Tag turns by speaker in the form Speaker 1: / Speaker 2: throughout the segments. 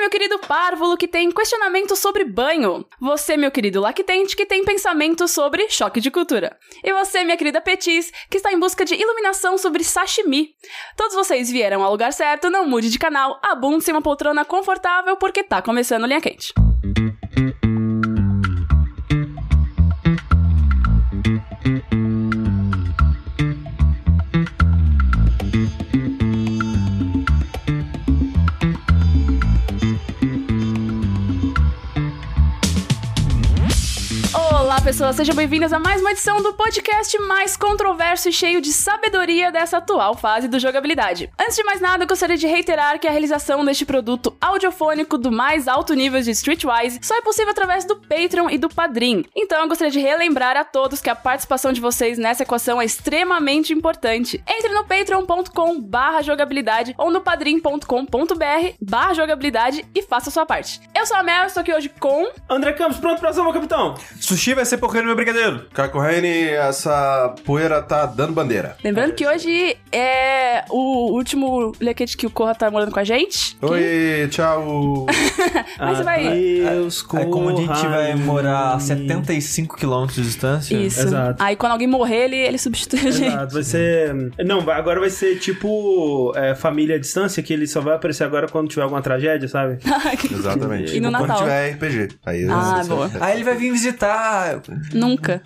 Speaker 1: meu querido párvulo que tem questionamentos sobre banho. Você, meu querido lactente, que tem pensamentos sobre choque de cultura. E você, minha querida Petis, que está em busca de iluminação sobre sashimi. Todos vocês vieram ao lugar certo, não mude de canal, abunde-se em uma poltrona confortável porque tá começando Linha Quente. Olá, pessoas, sejam bem-vindas a mais uma edição do podcast mais controverso e cheio de sabedoria dessa atual fase do jogabilidade. Antes de mais nada, eu gostaria de reiterar que a realização deste produto audiofônico do mais alto nível de Streetwise só é possível através do Patreon e do Padrim. Então, eu gostaria de relembrar a todos que a participação de vocês nessa equação é extremamente importante. Entre no patreon.com barra jogabilidade ou no padrim.com.br barra jogabilidade e faça a sua parte. Eu sou a Mel, estou aqui hoje com...
Speaker 2: André Campos, pronto pra ação, meu capitão?
Speaker 3: Sushi vai ser porcaria no meu brigadeiro.
Speaker 4: Caco Raine, essa poeira tá dando bandeira.
Speaker 1: Lembrando que hoje é o último lequete que o Corra tá morando com a gente.
Speaker 4: Oi, tchau.
Speaker 2: Ah,
Speaker 1: Mas você vai.
Speaker 2: Deus,
Speaker 3: É como a gente vai morar a 75 km de distância.
Speaker 1: Isso.
Speaker 2: Exato.
Speaker 1: Aí quando alguém morrer, ele, ele substitui a gente.
Speaker 2: Exato, É vai ser. Não, vai- agora vai ser tipo é, família à distância, que ele só vai aparecer agora quando tiver alguma tragédia, sabe?
Speaker 4: Exatamente.
Speaker 1: E no
Speaker 4: Quando
Speaker 1: Natal?
Speaker 4: tiver RPG. Aí É.
Speaker 1: Ah,
Speaker 4: você-
Speaker 1: boa.
Speaker 3: Aí ele vai vir visitar.
Speaker 1: Nunca.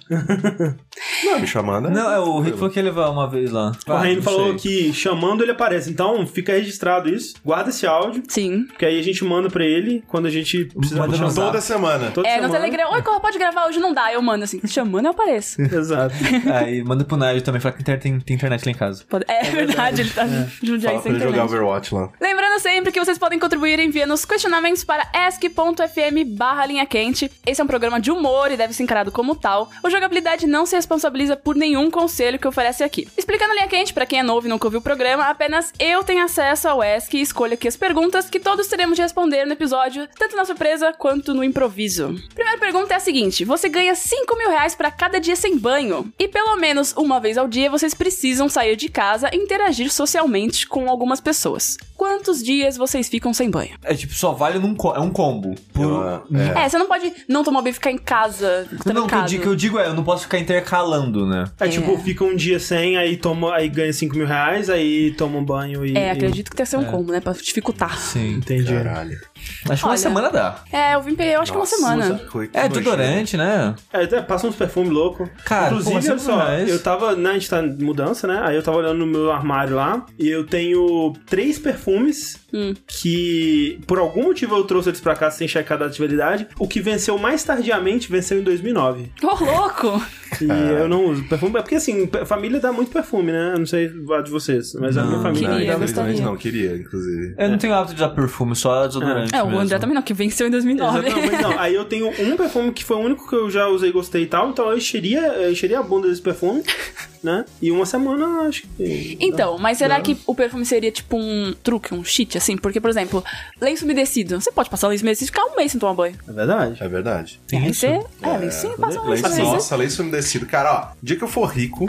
Speaker 4: Não, me chamando. né?
Speaker 3: Não, é o Rick falou que ia levar uma vez lá.
Speaker 2: o Raine
Speaker 3: não
Speaker 2: falou
Speaker 3: sei.
Speaker 2: que chamando ele aparece. Então fica registrado isso. Guarda esse áudio,
Speaker 1: Sim.
Speaker 2: que aí a gente manda pra ele quando a gente precisar
Speaker 3: Manda no
Speaker 2: chamar.
Speaker 3: zap.
Speaker 4: Toda semana.
Speaker 2: Toda
Speaker 1: é, no
Speaker 2: semana.
Speaker 1: Telegram. Oi, Corra, pode gravar hoje? Não dá. Eu mando assim. Chamando, eu apareço.
Speaker 2: Exato.
Speaker 3: Aí manda pro Nádio também, fala que tem, tem- tem internet lá em casa.
Speaker 1: Pode- É, verdade, ele tá judiando
Speaker 4: Fala
Speaker 1: isso
Speaker 4: pra
Speaker 1: na
Speaker 4: ele jogar
Speaker 1: internet.
Speaker 4: Overwatch lá.
Speaker 1: Lembrando sempre que vocês podem contribuir enviando os questionamentos para ask.fm barra linha quente. Esse é um programa de humor e deve ser encarado como tal. O Jogabilidade não se responsabiliza por nenhum conselho que oferece aqui. Explicando a linha quente, para quem é novo e nunca ouviu o programa, apenas eu tenho acesso ao ask e escolho aqui as perguntas que todos teremos de responder no episódio, tanto na surpresa quanto no improviso. Primeira pergunta é a seguinte, você ganha 5 mil reais para cada dia sem banho. E pelo menos uma vez ao dia vocês precisam sair de casa e interagir socialmente com algumas pessoas. Quantos dias vocês ficam sem banho?
Speaker 3: É tipo, só vale num co- é um combo. Por...
Speaker 4: Eu, é.
Speaker 1: É, você não pode não tomar banho e ficar em casa.
Speaker 3: Não, o que eu,
Speaker 1: Tá trancado.
Speaker 3: digo, que eu digo é, eu não posso ficar intercalando, né?
Speaker 2: É tipo, fica um dia sem, aí toma, aí ganha 5 mil reais, aí toma um banho e.
Speaker 1: É, acredito que deve ser um combo, né? Pra dificultar.
Speaker 3: Sim.
Speaker 2: Entendi.
Speaker 4: Caralho.
Speaker 3: Acho que uma
Speaker 1: Olha.
Speaker 3: semana dá.
Speaker 1: É, eu vim pe- eu acho
Speaker 4: Nossa,
Speaker 1: que uma semana.
Speaker 4: que coisa- que
Speaker 3: É,
Speaker 4: nojento.
Speaker 3: desodorante, né?
Speaker 2: É, até passa uns perfumes loucos.
Speaker 3: Cara, é
Speaker 2: Inclusive,
Speaker 3: porra,
Speaker 2: olha só,
Speaker 3: mas-
Speaker 2: eu tava. Né, a gente tá em mudança, né? Aí eu tava olhando no meu armário lá e eu tenho três perfumes que, por algum motivo, eu trouxe eles pra cá sem checar a data de validade. O que venceu mais tardiamente venceu em 2009.
Speaker 1: Ô, louco!
Speaker 2: E eu não uso perfume. É porque, assim, pe- família dá muito perfume, né? Eu não sei a de vocês, mas a
Speaker 3: Não,
Speaker 2: minha família.
Speaker 4: Não,
Speaker 1: Queria,
Speaker 4: infelizmente
Speaker 1: gostaria.
Speaker 4: não, queria, inclusive.
Speaker 3: Eu não tenho hábito de usar perfume, só desodorante.
Speaker 1: É, o
Speaker 3: mesmo.
Speaker 1: André também não, que venceu em 2009.
Speaker 2: Exato, não, mas não. Aí eu tenho um perfume que foi o único que eu já usei e gostei e tal, então eu encheria, eu encheria a bunda desse perfume, né? E uma semana, acho que.
Speaker 1: Então, mas será que o perfume seria tipo um truque, um cheat, assim? Porque, por exemplo, lenço umedecido. Você pode passar lenço umedecido e ficar um mês sem tomar banho.
Speaker 2: É verdade.
Speaker 4: É verdade.
Speaker 3: Tem
Speaker 1: Aí
Speaker 3: isso?
Speaker 1: você. É, vem sim, passa um lenço
Speaker 2: lenço
Speaker 4: Assim,
Speaker 1: umedecido.
Speaker 4: nossa, lenço umedecido. Cara, ó, dia que eu for rico,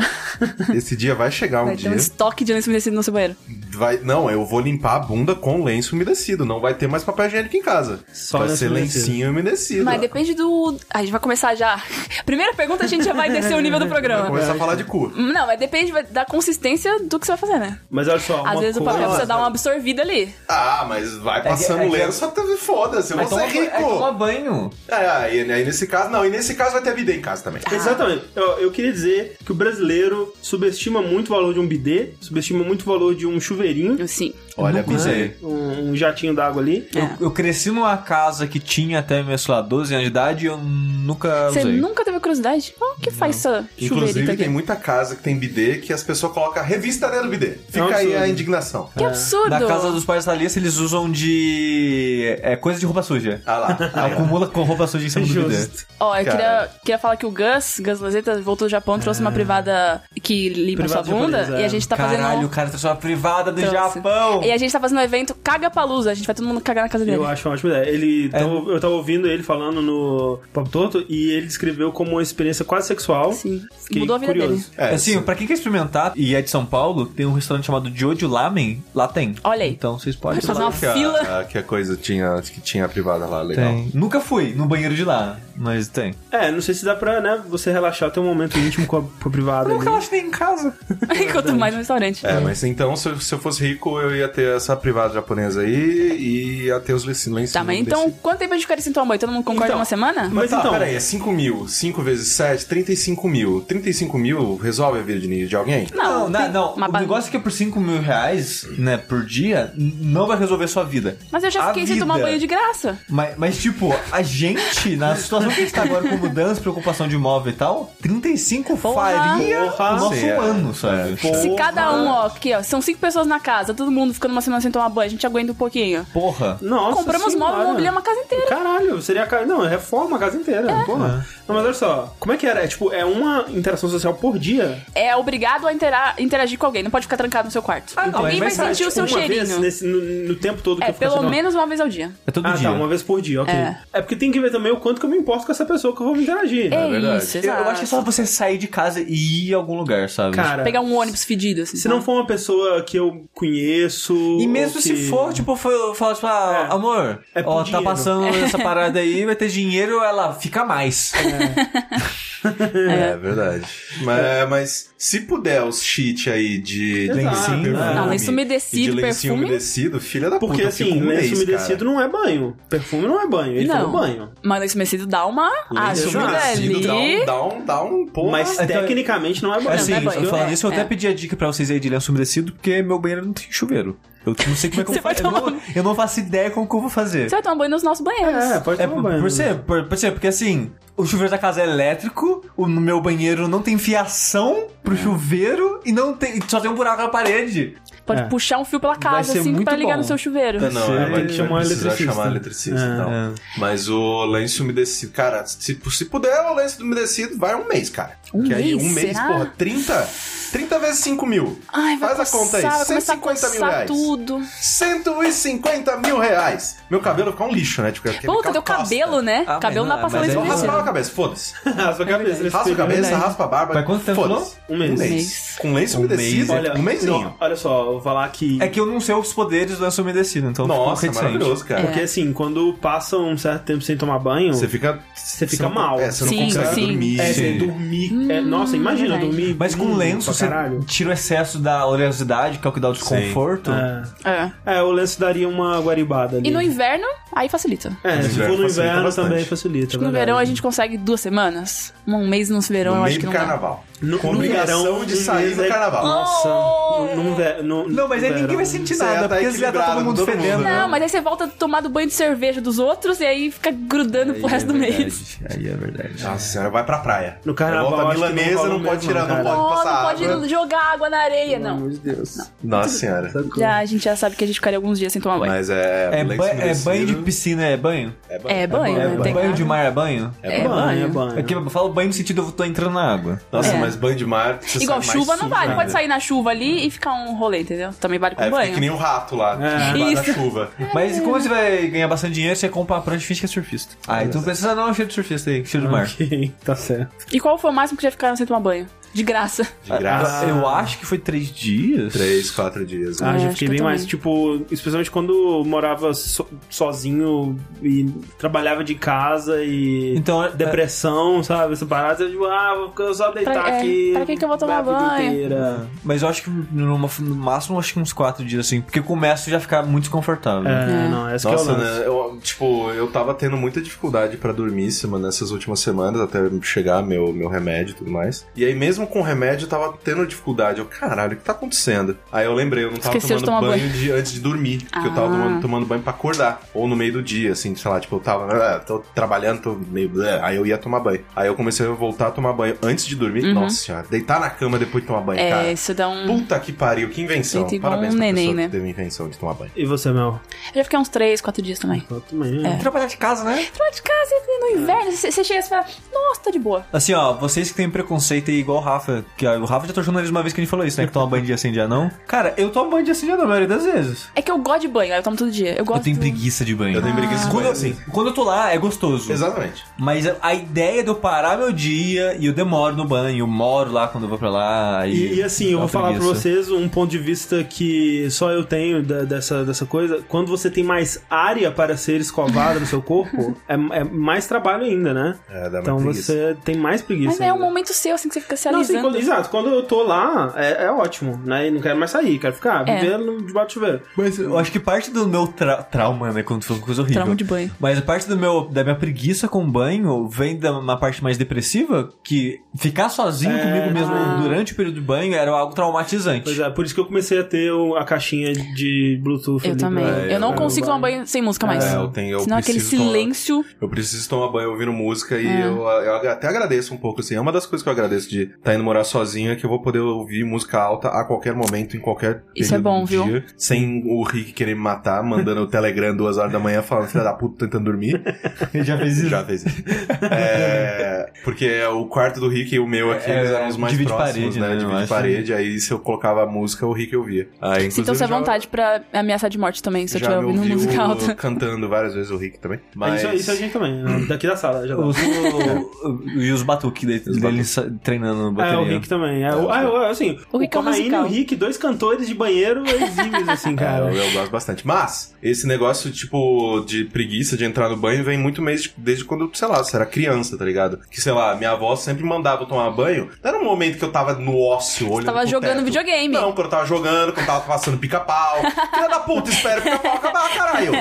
Speaker 4: esse dia vai chegar um
Speaker 1: Vai ter
Speaker 4: dia.
Speaker 1: um estoque de lenço umedecido no seu banheiro.
Speaker 4: Vai, não, eu vou limpar a bunda com lenço umedecido. Não vai ter mais papel higiênico em casa.
Speaker 2: Só
Speaker 4: vai
Speaker 2: lenço
Speaker 4: ser
Speaker 2: umedecido.
Speaker 4: lencinho umedecido.
Speaker 1: Mas depende do. A gente vai começar já. Primeira pergunta, a gente já vai descer o nível do
Speaker 4: Vai
Speaker 1: programa.
Speaker 4: começar a falar de cu.
Speaker 1: Não, mas depende da consistência do que você vai fazer, né?
Speaker 2: Mas olha só,
Speaker 1: Às
Speaker 2: uma
Speaker 1: vezes o
Speaker 2: coisa-
Speaker 1: papel precisa dar uma absorvida ali.
Speaker 4: Ah, mas vai passando
Speaker 3: é que-
Speaker 4: lenço até foda-se. Eu
Speaker 3: Mas
Speaker 4: vou
Speaker 3: toma,
Speaker 4: ser
Speaker 3: é, toma
Speaker 4: rico.
Speaker 3: banho.
Speaker 4: É, aí, aí nesse caso, não. E nesse caso vai ter bidê em casa também.
Speaker 2: Exatamente. Eu, eu queria dizer que o brasileiro subestima muito o valor de um bidê, subestima muito o valor de um chuveirinho,
Speaker 1: Sim.
Speaker 4: Olha,
Speaker 3: Nunca usei.
Speaker 4: bidê.
Speaker 2: um, um jatinho d'água ali.
Speaker 1: É.
Speaker 3: Eu cresci numa casa que tinha até meus, sei lá, 12 anos de idade e eu nunca
Speaker 1: Você
Speaker 3: usei.
Speaker 1: nunca teve curiosidade? Como que faz essa chuveirita
Speaker 3: tá
Speaker 4: Inclusive,
Speaker 1: aqui?
Speaker 4: tem muita casa que tem bidê que as pessoas colocam a revista dentro do bidê. Fica
Speaker 2: Não,
Speaker 4: aí
Speaker 2: absurdo.
Speaker 4: a indignação.
Speaker 1: Que absurdo!
Speaker 3: Na casa dos pais da Alice, eles usam de... É, coisa de roupa suja.
Speaker 4: Ah lá. Aí, ó.
Speaker 3: Acumula com roupa suja em cima do bidê.
Speaker 2: Justo.
Speaker 1: Ó, eu
Speaker 4: Cara.
Speaker 1: queria, queria falar que o Gus, Gus Lazeta, voltou do Japão, trouxe uma privada que limpa
Speaker 2: Privada
Speaker 1: sua bunda.
Speaker 2: japonesa,
Speaker 1: E a
Speaker 2: é.
Speaker 1: gente tá
Speaker 3: Caralho, o
Speaker 1: fazendo.
Speaker 3: cara trouxe uma privada do
Speaker 1: Trouxe.
Speaker 3: Japão.
Speaker 1: E a gente tá fazendo um evento caga palusa. A gente vai todo mundo cagar na casa dele.
Speaker 2: Eu acho uma ótima ideia. Ele,
Speaker 3: É.
Speaker 2: tava- eu tava ouvindo ele falando no Papo Torto e ele descreveu como uma experiência quase sexual.
Speaker 1: Sim.
Speaker 2: Fiquei
Speaker 1: Mudou a vida
Speaker 2: curioso.
Speaker 1: dele.
Speaker 4: É,
Speaker 3: assim, pra quem quer experimentar e é de São Paulo, tem um restaurante chamado Jojo Lamen. Lá tem.
Speaker 1: Olha aí.
Speaker 3: Então vocês podem ir
Speaker 1: Fazer
Speaker 3: lá.
Speaker 1: uma
Speaker 4: que a-
Speaker 1: fila.
Speaker 4: a, que a coisa tinha, que tinha a privada lá, legal.
Speaker 3: Tem. Nunca fui no banheiro de lá, mas tem.
Speaker 2: É, não sei se dá pra, né, você relaxar, ter um momento íntimo com a, com a privada ali.
Speaker 3: achei em casa.
Speaker 1: Quanto mais no restaurante.
Speaker 4: É, mas então, se eu, se eu fosse rico, eu ia ter essa privada japonesa aí e ia ter os lencinhos.
Speaker 1: Tá, mas então, quanto tempo a gente ficaria sem tua mãe? Todo mundo concorda
Speaker 2: Então,
Speaker 1: uma semana?
Speaker 2: mas-
Speaker 4: tá,
Speaker 2: então-
Speaker 4: peraí, é 5 mil. 5 vezes 7, 35 mil. 35 mil resolve a vida de, de alguém?
Speaker 3: Não,
Speaker 1: tem-
Speaker 3: não, não.
Speaker 1: Mas,
Speaker 3: o negócio é que é por 5 mil reais, né, por dia, n- não vai resolver sua vida.
Speaker 1: mas eu já
Speaker 3: A
Speaker 1: fiquei sem tomar
Speaker 3: vida-
Speaker 1: banho de graça.
Speaker 3: Mas, mas, tipo, a gente, na situação que a gente tá agora com mudança, preocupação de imóvel e tal, 35
Speaker 1: Porra.
Speaker 3: faria
Speaker 2: Porra.
Speaker 3: o nosso
Speaker 4: Sim, é.
Speaker 3: ano, sabe?
Speaker 1: Se
Speaker 2: Porra.
Speaker 1: cada um, ó, aqui, ó, são cinco pessoas na casa, todo mundo ficando uma semana sem tomar banho, a gente aguenta um pouquinho.
Speaker 3: Porra.
Speaker 2: Nossa
Speaker 1: Compramos
Speaker 2: senhora.
Speaker 1: móvel, mobiliamos a casa inteira.
Speaker 2: Caralho, seria a casa. Não, reforma a casa inteira.
Speaker 1: É.
Speaker 2: Porra. Não, mas olha só, como é que era? É tipo, é uma interação social por dia.
Speaker 1: É obrigado a intera- interagir com alguém, não pode ficar trancado no seu quarto.
Speaker 3: Ah, não,
Speaker 2: é
Speaker 1: alguém
Speaker 3: aí
Speaker 1: vai
Speaker 3: vai sair,
Speaker 1: sentir o seu
Speaker 2: Tipo, uma Vez
Speaker 1: cheirinho.
Speaker 2: nesse, no, no tempo todo que
Speaker 1: É,
Speaker 2: eu ficar sem
Speaker 1: pelo
Speaker 2: tomar-
Speaker 1: menos uma vez ao dia.
Speaker 3: É todo
Speaker 2: Ah,
Speaker 3: dia.
Speaker 2: tá, uma vez por dia, ok.
Speaker 1: É.
Speaker 2: É. porque tem que ver também o quanto que eu me importo com essa pessoa que eu vou interagir. né?
Speaker 1: É,
Speaker 4: verdade.
Speaker 1: isso,
Speaker 4: Eu-
Speaker 3: Eu,
Speaker 1: exato.
Speaker 3: eu acho que é só você sair de casa e ir a algum lugar, sabe?
Speaker 2: Cara,
Speaker 1: Pegar um ônibus fedido, assim.
Speaker 2: se não
Speaker 1: sabe?
Speaker 2: for uma pessoa que eu conheço.
Speaker 3: E
Speaker 2: ou
Speaker 3: mesmo
Speaker 2: que-
Speaker 3: se for, tipo, foi- fala tipo, ah,
Speaker 2: É.
Speaker 3: amor,
Speaker 2: É por
Speaker 3: ó,
Speaker 2: dinheiro.
Speaker 3: tá passando essa parada aí, vai ter dinheiro, ela fica mais.
Speaker 4: É, verdade. Mas, mas se puder os cheat aí de, de
Speaker 2: É. Exato.
Speaker 4: perfume
Speaker 3: Não,
Speaker 1: lenço umedecido,
Speaker 4: e de lencinho
Speaker 1: perfume.
Speaker 4: umedecido, filha da
Speaker 2: Porque
Speaker 4: puta. um
Speaker 2: assim, lenço umedecido não é banho. Perfume não é banho. Ele
Speaker 1: Não.
Speaker 2: falou banho.
Speaker 1: Mas nesse merecido dá uma
Speaker 4: Lenço
Speaker 1: ajuda
Speaker 4: umedecido dá um,
Speaker 1: ali.
Speaker 4: dá um, dá um porra.
Speaker 2: Mas
Speaker 3: Então-
Speaker 2: tecnicamente não é banho.
Speaker 3: assim,
Speaker 1: não é banho.
Speaker 3: eu falando
Speaker 1: É,
Speaker 3: isso, eu
Speaker 1: é.
Speaker 3: até pedi a dica pra vocês aí de lenço umedecido, porque meu banheiro não tem chuveiro. Eu não sei como é que
Speaker 1: Você
Speaker 3: eu
Speaker 1: vai
Speaker 3: faço. Eu
Speaker 1: tomar
Speaker 3: não, eu não faço ideia como que eu vou fazer.
Speaker 1: Você vai tomar banho nos nossos banheiros.
Speaker 2: É, pode
Speaker 3: É,
Speaker 2: tomar banho.
Speaker 3: por,
Speaker 2: né?
Speaker 3: ser, por, por ser, porque assim, o chuveiro da casa é elétrico, o no meu banheiro não tem fiação
Speaker 4: É.
Speaker 3: pro chuveiro e não tem, só tem um buraco na parede.
Speaker 1: Pode
Speaker 2: É.
Speaker 1: puxar um fio pela casa,
Speaker 3: ser
Speaker 1: assim,
Speaker 3: muito
Speaker 1: pra ligar
Speaker 3: bom.
Speaker 1: no seu chuveiro.
Speaker 4: É, Não, é,
Speaker 2: Você
Speaker 4: vai,
Speaker 2: tem que chamar
Speaker 4: vai
Speaker 2: o
Speaker 4: precisar
Speaker 2: eletricista.
Speaker 4: chamar eletricista
Speaker 2: É.
Speaker 4: e tal. Mas o lenço umedecido, cara, se, se puder o lenço umedecido, vai um mês, cara.
Speaker 1: Um
Speaker 4: que aí
Speaker 1: mês,
Speaker 4: um mês,
Speaker 1: será?
Speaker 4: porra, 30, 30 vezes 5 mil.
Speaker 1: Ai, vai
Speaker 4: Faz a conta aí,
Speaker 1: coçar, vai começar a
Speaker 4: 150 mil
Speaker 1: coçar
Speaker 4: reais.
Speaker 1: tudo.
Speaker 4: 150 mil reais. Meu cabelo fica um lixo, né? Tipo, aquele
Speaker 1: Puta, teu
Speaker 4: costa.
Speaker 1: cabelo, né?
Speaker 3: Ah,
Speaker 1: cabelo não dá
Speaker 3: mas não,
Speaker 1: pra passar
Speaker 3: mas
Speaker 1: lenço
Speaker 3: é
Speaker 4: Vou raspar a
Speaker 1: umedecido.
Speaker 4: cabeça, foda-se.
Speaker 2: Raspa a cabeça. eles
Speaker 4: Raspa a
Speaker 2: ficam-
Speaker 4: cabeça,
Speaker 1: É verdade.
Speaker 4: raspa a barba.
Speaker 3: Mas quanto tempo
Speaker 4: foda-se.
Speaker 2: Um mês.
Speaker 4: Um mês.
Speaker 1: mês.
Speaker 4: Com lenço
Speaker 3: Um
Speaker 4: umedecido,
Speaker 3: mês.
Speaker 4: um, mêsinho.
Speaker 2: não, olha só, eu vou falar que.
Speaker 3: É que eu não sei os poderes do lenço umedecido, então eu fico
Speaker 4: Nossa,
Speaker 3: reticente.
Speaker 4: maravilhoso, cara.
Speaker 1: É.
Speaker 2: Porque assim, quando passa um certo tempo sem tomar banho,
Speaker 4: Você fica.
Speaker 2: Você fica
Speaker 4: não-
Speaker 2: mal.
Speaker 4: É, você
Speaker 1: Sim,
Speaker 4: não consegue
Speaker 1: sim.
Speaker 4: dormir.
Speaker 2: é,
Speaker 3: Sim.
Speaker 2: você dormir. é, nossa, imagina,
Speaker 1: Hum, verdade.
Speaker 2: dormir.
Speaker 3: assim. Mas com
Speaker 2: hum,
Speaker 3: lenço
Speaker 2: pra
Speaker 3: você
Speaker 2: caralho.
Speaker 3: tira o excesso da oleosidade, que é o que dá o desconforto.
Speaker 2: É.
Speaker 1: É.
Speaker 2: É, o lenço daria uma guaribada ali.
Speaker 1: E no inverno, aí facilita.
Speaker 2: É,
Speaker 4: No
Speaker 2: se for
Speaker 4: inverno
Speaker 2: no
Speaker 4: facilita
Speaker 2: inverno
Speaker 4: bastante.
Speaker 2: também facilita.
Speaker 1: No
Speaker 2: verdade.
Speaker 1: verão a gente consegue duas semanas. Um mês no verão eu
Speaker 4: no
Speaker 1: acho
Speaker 4: meio
Speaker 1: que
Speaker 4: do
Speaker 1: não
Speaker 4: carnaval.
Speaker 2: No-
Speaker 4: com
Speaker 2: no
Speaker 4: obrigação
Speaker 2: verão,
Speaker 4: de
Speaker 2: um
Speaker 4: sair
Speaker 2: mês
Speaker 4: do
Speaker 2: é-
Speaker 4: carnaval.
Speaker 2: Nossa,
Speaker 1: Oh!
Speaker 2: no, no ver- no-
Speaker 3: Não, mas
Speaker 2: no
Speaker 3: aí ninguém
Speaker 2: verão-
Speaker 3: vai sentir
Speaker 4: Você
Speaker 3: nada,
Speaker 4: tá
Speaker 3: porque já tá todo
Speaker 4: equilibrado,
Speaker 3: mundo
Speaker 4: todo mundo,
Speaker 3: fedendo.
Speaker 1: dá. Não,
Speaker 4: né?
Speaker 1: mas aí você volta tomado banho de cerveja dos outros e aí fica grudando pro resto do mês.
Speaker 3: Aí é verdade.
Speaker 4: Nossa senhora, vai pra praia.
Speaker 2: No carnaval,
Speaker 4: Volta
Speaker 2: acho que não
Speaker 4: milanesa,
Speaker 2: rola
Speaker 4: não,
Speaker 2: mesmo,
Speaker 4: pode tirar,
Speaker 2: cara.
Speaker 4: não
Speaker 1: Oh,
Speaker 4: pode
Speaker 1: não
Speaker 4: passar
Speaker 1: pode
Speaker 4: água.
Speaker 1: jogar água na areia,
Speaker 2: Pelo
Speaker 1: não.
Speaker 2: amor de Deus.
Speaker 4: Nossa senhora.
Speaker 1: Já, a gente já sabe que a gente ficaria alguns dias sem tomar banho.
Speaker 4: Mas é.
Speaker 3: É,
Speaker 4: lenço
Speaker 3: ba- é
Speaker 4: umedecido,
Speaker 3: banho de piscina, é banho?
Speaker 4: É
Speaker 1: É banho, né?
Speaker 3: É
Speaker 1: Tem
Speaker 3: banho, banho
Speaker 1: água.
Speaker 3: de mar é banho?
Speaker 1: É
Speaker 2: É banho, é
Speaker 1: banho.
Speaker 2: banho.
Speaker 3: É que eu falo banho no sentido eu tô entrando na água.
Speaker 4: Nossa,
Speaker 1: É.
Speaker 4: mas banho de mar. você sai
Speaker 1: Igual
Speaker 4: mais
Speaker 1: chuva não
Speaker 4: sujo
Speaker 1: vale.
Speaker 4: ainda.
Speaker 1: Pode sair na chuva ali e ficar um rolê, entendeu? Também vale com
Speaker 4: É, fica
Speaker 1: banho.
Speaker 4: que nem um rato lá,
Speaker 2: É.
Speaker 4: debaixo
Speaker 1: Isso.
Speaker 4: da chuva.
Speaker 3: Mas como você vai ganhar bastante dinheiro, você compra uma prancha e finge que é surfista. Ah, então precisa não, cheiro de surfista aí, cheiro de mar.
Speaker 2: Ok, tá certo.
Speaker 4: um-
Speaker 1: E qual foi o máximo que já ficaram sem tomar banho? De graça.
Speaker 4: De graça.
Speaker 3: Ah, Eu acho que foi três dias.
Speaker 4: Três, quatro dias. né?
Speaker 2: Ah,
Speaker 1: É,
Speaker 2: já
Speaker 1: acho que
Speaker 2: fiquei
Speaker 1: eu
Speaker 2: bem
Speaker 1: também.
Speaker 2: mais, tipo, especialmente quando morava so- sozinho e trabalhava de casa e.
Speaker 3: Então, é-
Speaker 2: depressão, sabe? Essa parada, eu digo, ah, vou ficar só deitar
Speaker 1: Pra- é,
Speaker 2: aqui.
Speaker 1: pra que que eu vou tomar
Speaker 2: minha vida
Speaker 1: banho?
Speaker 2: inteira.
Speaker 3: Mas eu acho que no, no máximo acho que uns quatro dias, assim. Porque começa já a ficar muito desconfortável.
Speaker 2: É,
Speaker 1: É.
Speaker 2: não, essa que é
Speaker 4: Nossa,
Speaker 2: o lance.
Speaker 4: né? Eu, tipo, eu tava tendo muita dificuldade pra dormir semana, nessas últimas semanas, até chegar meu, meu remédio e tudo mais. E aí, mesmo com o remédio, eu tava tendo dificuldade. Eu, caralho, o que tá acontecendo? Aí eu lembrei, eu não tava
Speaker 1: Esqueceu de
Speaker 4: tomando
Speaker 1: tomar
Speaker 4: banho, de- antes de dormir. Porque eu tava
Speaker 1: Ah.
Speaker 4: tomando, tomando banho pra acordar. Ou no meio do dia, assim, sei lá, tipo, eu tava, ah, tô trabalhando, tô meio. blé", aí eu ia tomar banho. Aí eu comecei a voltar a tomar banho antes de dormir.
Speaker 1: Uhum.
Speaker 4: Nossa senhora, deitar na cama depois de tomar banho,
Speaker 1: É,
Speaker 4: cara.
Speaker 1: isso dá um.
Speaker 4: Puta que pariu, que invenção.
Speaker 1: Deita igual
Speaker 4: Parabéns
Speaker 1: um
Speaker 4: pra
Speaker 1: neném,
Speaker 4: pessoa
Speaker 1: né?
Speaker 4: que teve a invenção de tomar banho.
Speaker 2: E você, Mel?
Speaker 1: Eu já fiquei uns três, quatro dias também.
Speaker 2: também.
Speaker 1: É.
Speaker 3: Trabalhar de casa, né?
Speaker 1: Trabalho de casa e no inverno, você você chega e você fala, nossa, tá de boa.
Speaker 3: Assim, ó, vocês que têm preconceito aí igual o Rafa, que ó, o Rafa já torceu o nariz uma vez que a gente falou isso, né? Que toma banho dia sim, dia não. Cara, eu tomo banho dia sim, dia não, a maioria das vezes.
Speaker 1: É que eu gosto de banho, eu tomo todo dia. Eu gosto.
Speaker 3: Eu tenho preguiça de banho.
Speaker 4: Eu tenho preguiça
Speaker 3: Ah,
Speaker 4: de
Speaker 3: Quando,
Speaker 4: banho,
Speaker 3: eu-
Speaker 4: assim.
Speaker 3: quando eu tô lá, é gostoso.
Speaker 4: Exatamente.
Speaker 3: Mas a- a ideia de eu parar meu dia e eu demoro no banho, eu moro lá quando eu vou pra lá.
Speaker 2: E, e assim, eu
Speaker 3: dá
Speaker 2: vou falar pra
Speaker 3: preguiça.
Speaker 2: vocês um ponto de vista que só eu tenho da- dessa, dessa coisa. Quando você tem mais área para ser escovada no seu corpo, é, é mais trabalho ainda, né?
Speaker 4: É, dá mais
Speaker 2: então
Speaker 4: preguiça.
Speaker 2: você tem mais preguiça.
Speaker 1: Mas é um
Speaker 2: ainda.
Speaker 1: momento seu, assim, que você fica se
Speaker 2: Não, assim,
Speaker 1: alisando.
Speaker 2: quando- exato, quando eu tô lá, é, é ótimo, né? E não quero mais sair, quero ficar
Speaker 1: É.
Speaker 2: vivendo debaixo do chuveiro.
Speaker 3: Mas eu acho que parte do meu tra- trauma, né? Quando tu falou uma coisa horrível.
Speaker 1: Trauma de banho.
Speaker 3: Mas a parte do meu, da minha preguiça com banho vem da uma parte mais depressiva, que ficar sozinho comigo mesmo durante o período de banho era algo
Speaker 2: É,
Speaker 3: traumatizante.
Speaker 2: ah. Pois é, por isso que eu comecei a ter o- a caixinha de Bluetooth.
Speaker 1: Eu
Speaker 2: ali
Speaker 1: também.
Speaker 2: pra-
Speaker 1: eu não
Speaker 2: pra
Speaker 1: consigo
Speaker 2: roubar.
Speaker 1: tomar banho sem música mais.
Speaker 4: É, eu tenho, eu
Speaker 1: Senão aquele
Speaker 4: preciso tomar-
Speaker 1: silêncio. É.
Speaker 4: Eu preciso tomar banho ouvindo música e eu, eu agra- até agradeço um pouco, assim. É uma das coisas que eu agradeço de estar indo morar sozinho, é que eu vou poder ouvir música alta a qualquer momento, em qualquer
Speaker 1: Isso é
Speaker 4: período
Speaker 1: bom,
Speaker 4: do
Speaker 1: viu?
Speaker 4: dia, sem o Rick querer me matar, mandando o Telegram duas horas da manhã, falando filha da puta, tentando dormir.
Speaker 3: Ele já fez isso.
Speaker 4: Já fez isso. É, porque o quarto do Rick e o meu aqui,
Speaker 3: É,
Speaker 4: eles eram os mais
Speaker 3: divide
Speaker 4: próximos,
Speaker 3: parede, né,
Speaker 4: né?
Speaker 3: eu
Speaker 4: Divide
Speaker 3: acho.
Speaker 4: parede, aí se eu colocava a música, o Rick ouvia. Aí,
Speaker 1: Sintam-se à
Speaker 4: inclusive, já-
Speaker 1: vontade pra ameaçar de morte também, se eu
Speaker 4: já
Speaker 1: estiver
Speaker 4: me
Speaker 1: ouvindo
Speaker 4: ouviu
Speaker 1: música alta.
Speaker 4: cantando várias vezes o Rick também.
Speaker 2: Mas
Speaker 4: Mas...
Speaker 2: Isso, isso a gente também, né? daqui da sala já dá.
Speaker 3: Os- o- o- e os batuques dele,
Speaker 4: Os
Speaker 3: dele sa- treinando no
Speaker 2: É,
Speaker 3: bateria.
Speaker 2: o Rick também. É, o- ah, eu- assim,
Speaker 1: O Rick é um
Speaker 2: Corraine
Speaker 1: musical.
Speaker 2: e o Rick, dois cantores de banheiro exímios, assim,
Speaker 4: É,
Speaker 2: cara.
Speaker 4: eu, eu gosto bastante. Mas, esse negócio, tipo, de preguiça de entrar no banho vem muito mês de- desde quando, sei lá, você era criança, tá ligado? Que, sei lá, minha avó sempre mandava eu tomar banho. Não era um momento que eu tava no ócio, olhando
Speaker 1: tava
Speaker 4: pro
Speaker 1: jogando
Speaker 4: teto.
Speaker 1: videogame.
Speaker 4: Não, quando eu tava jogando, quando eu tava passando pica-pau. Filha da puta, espera o pica-pau acabar, caralho.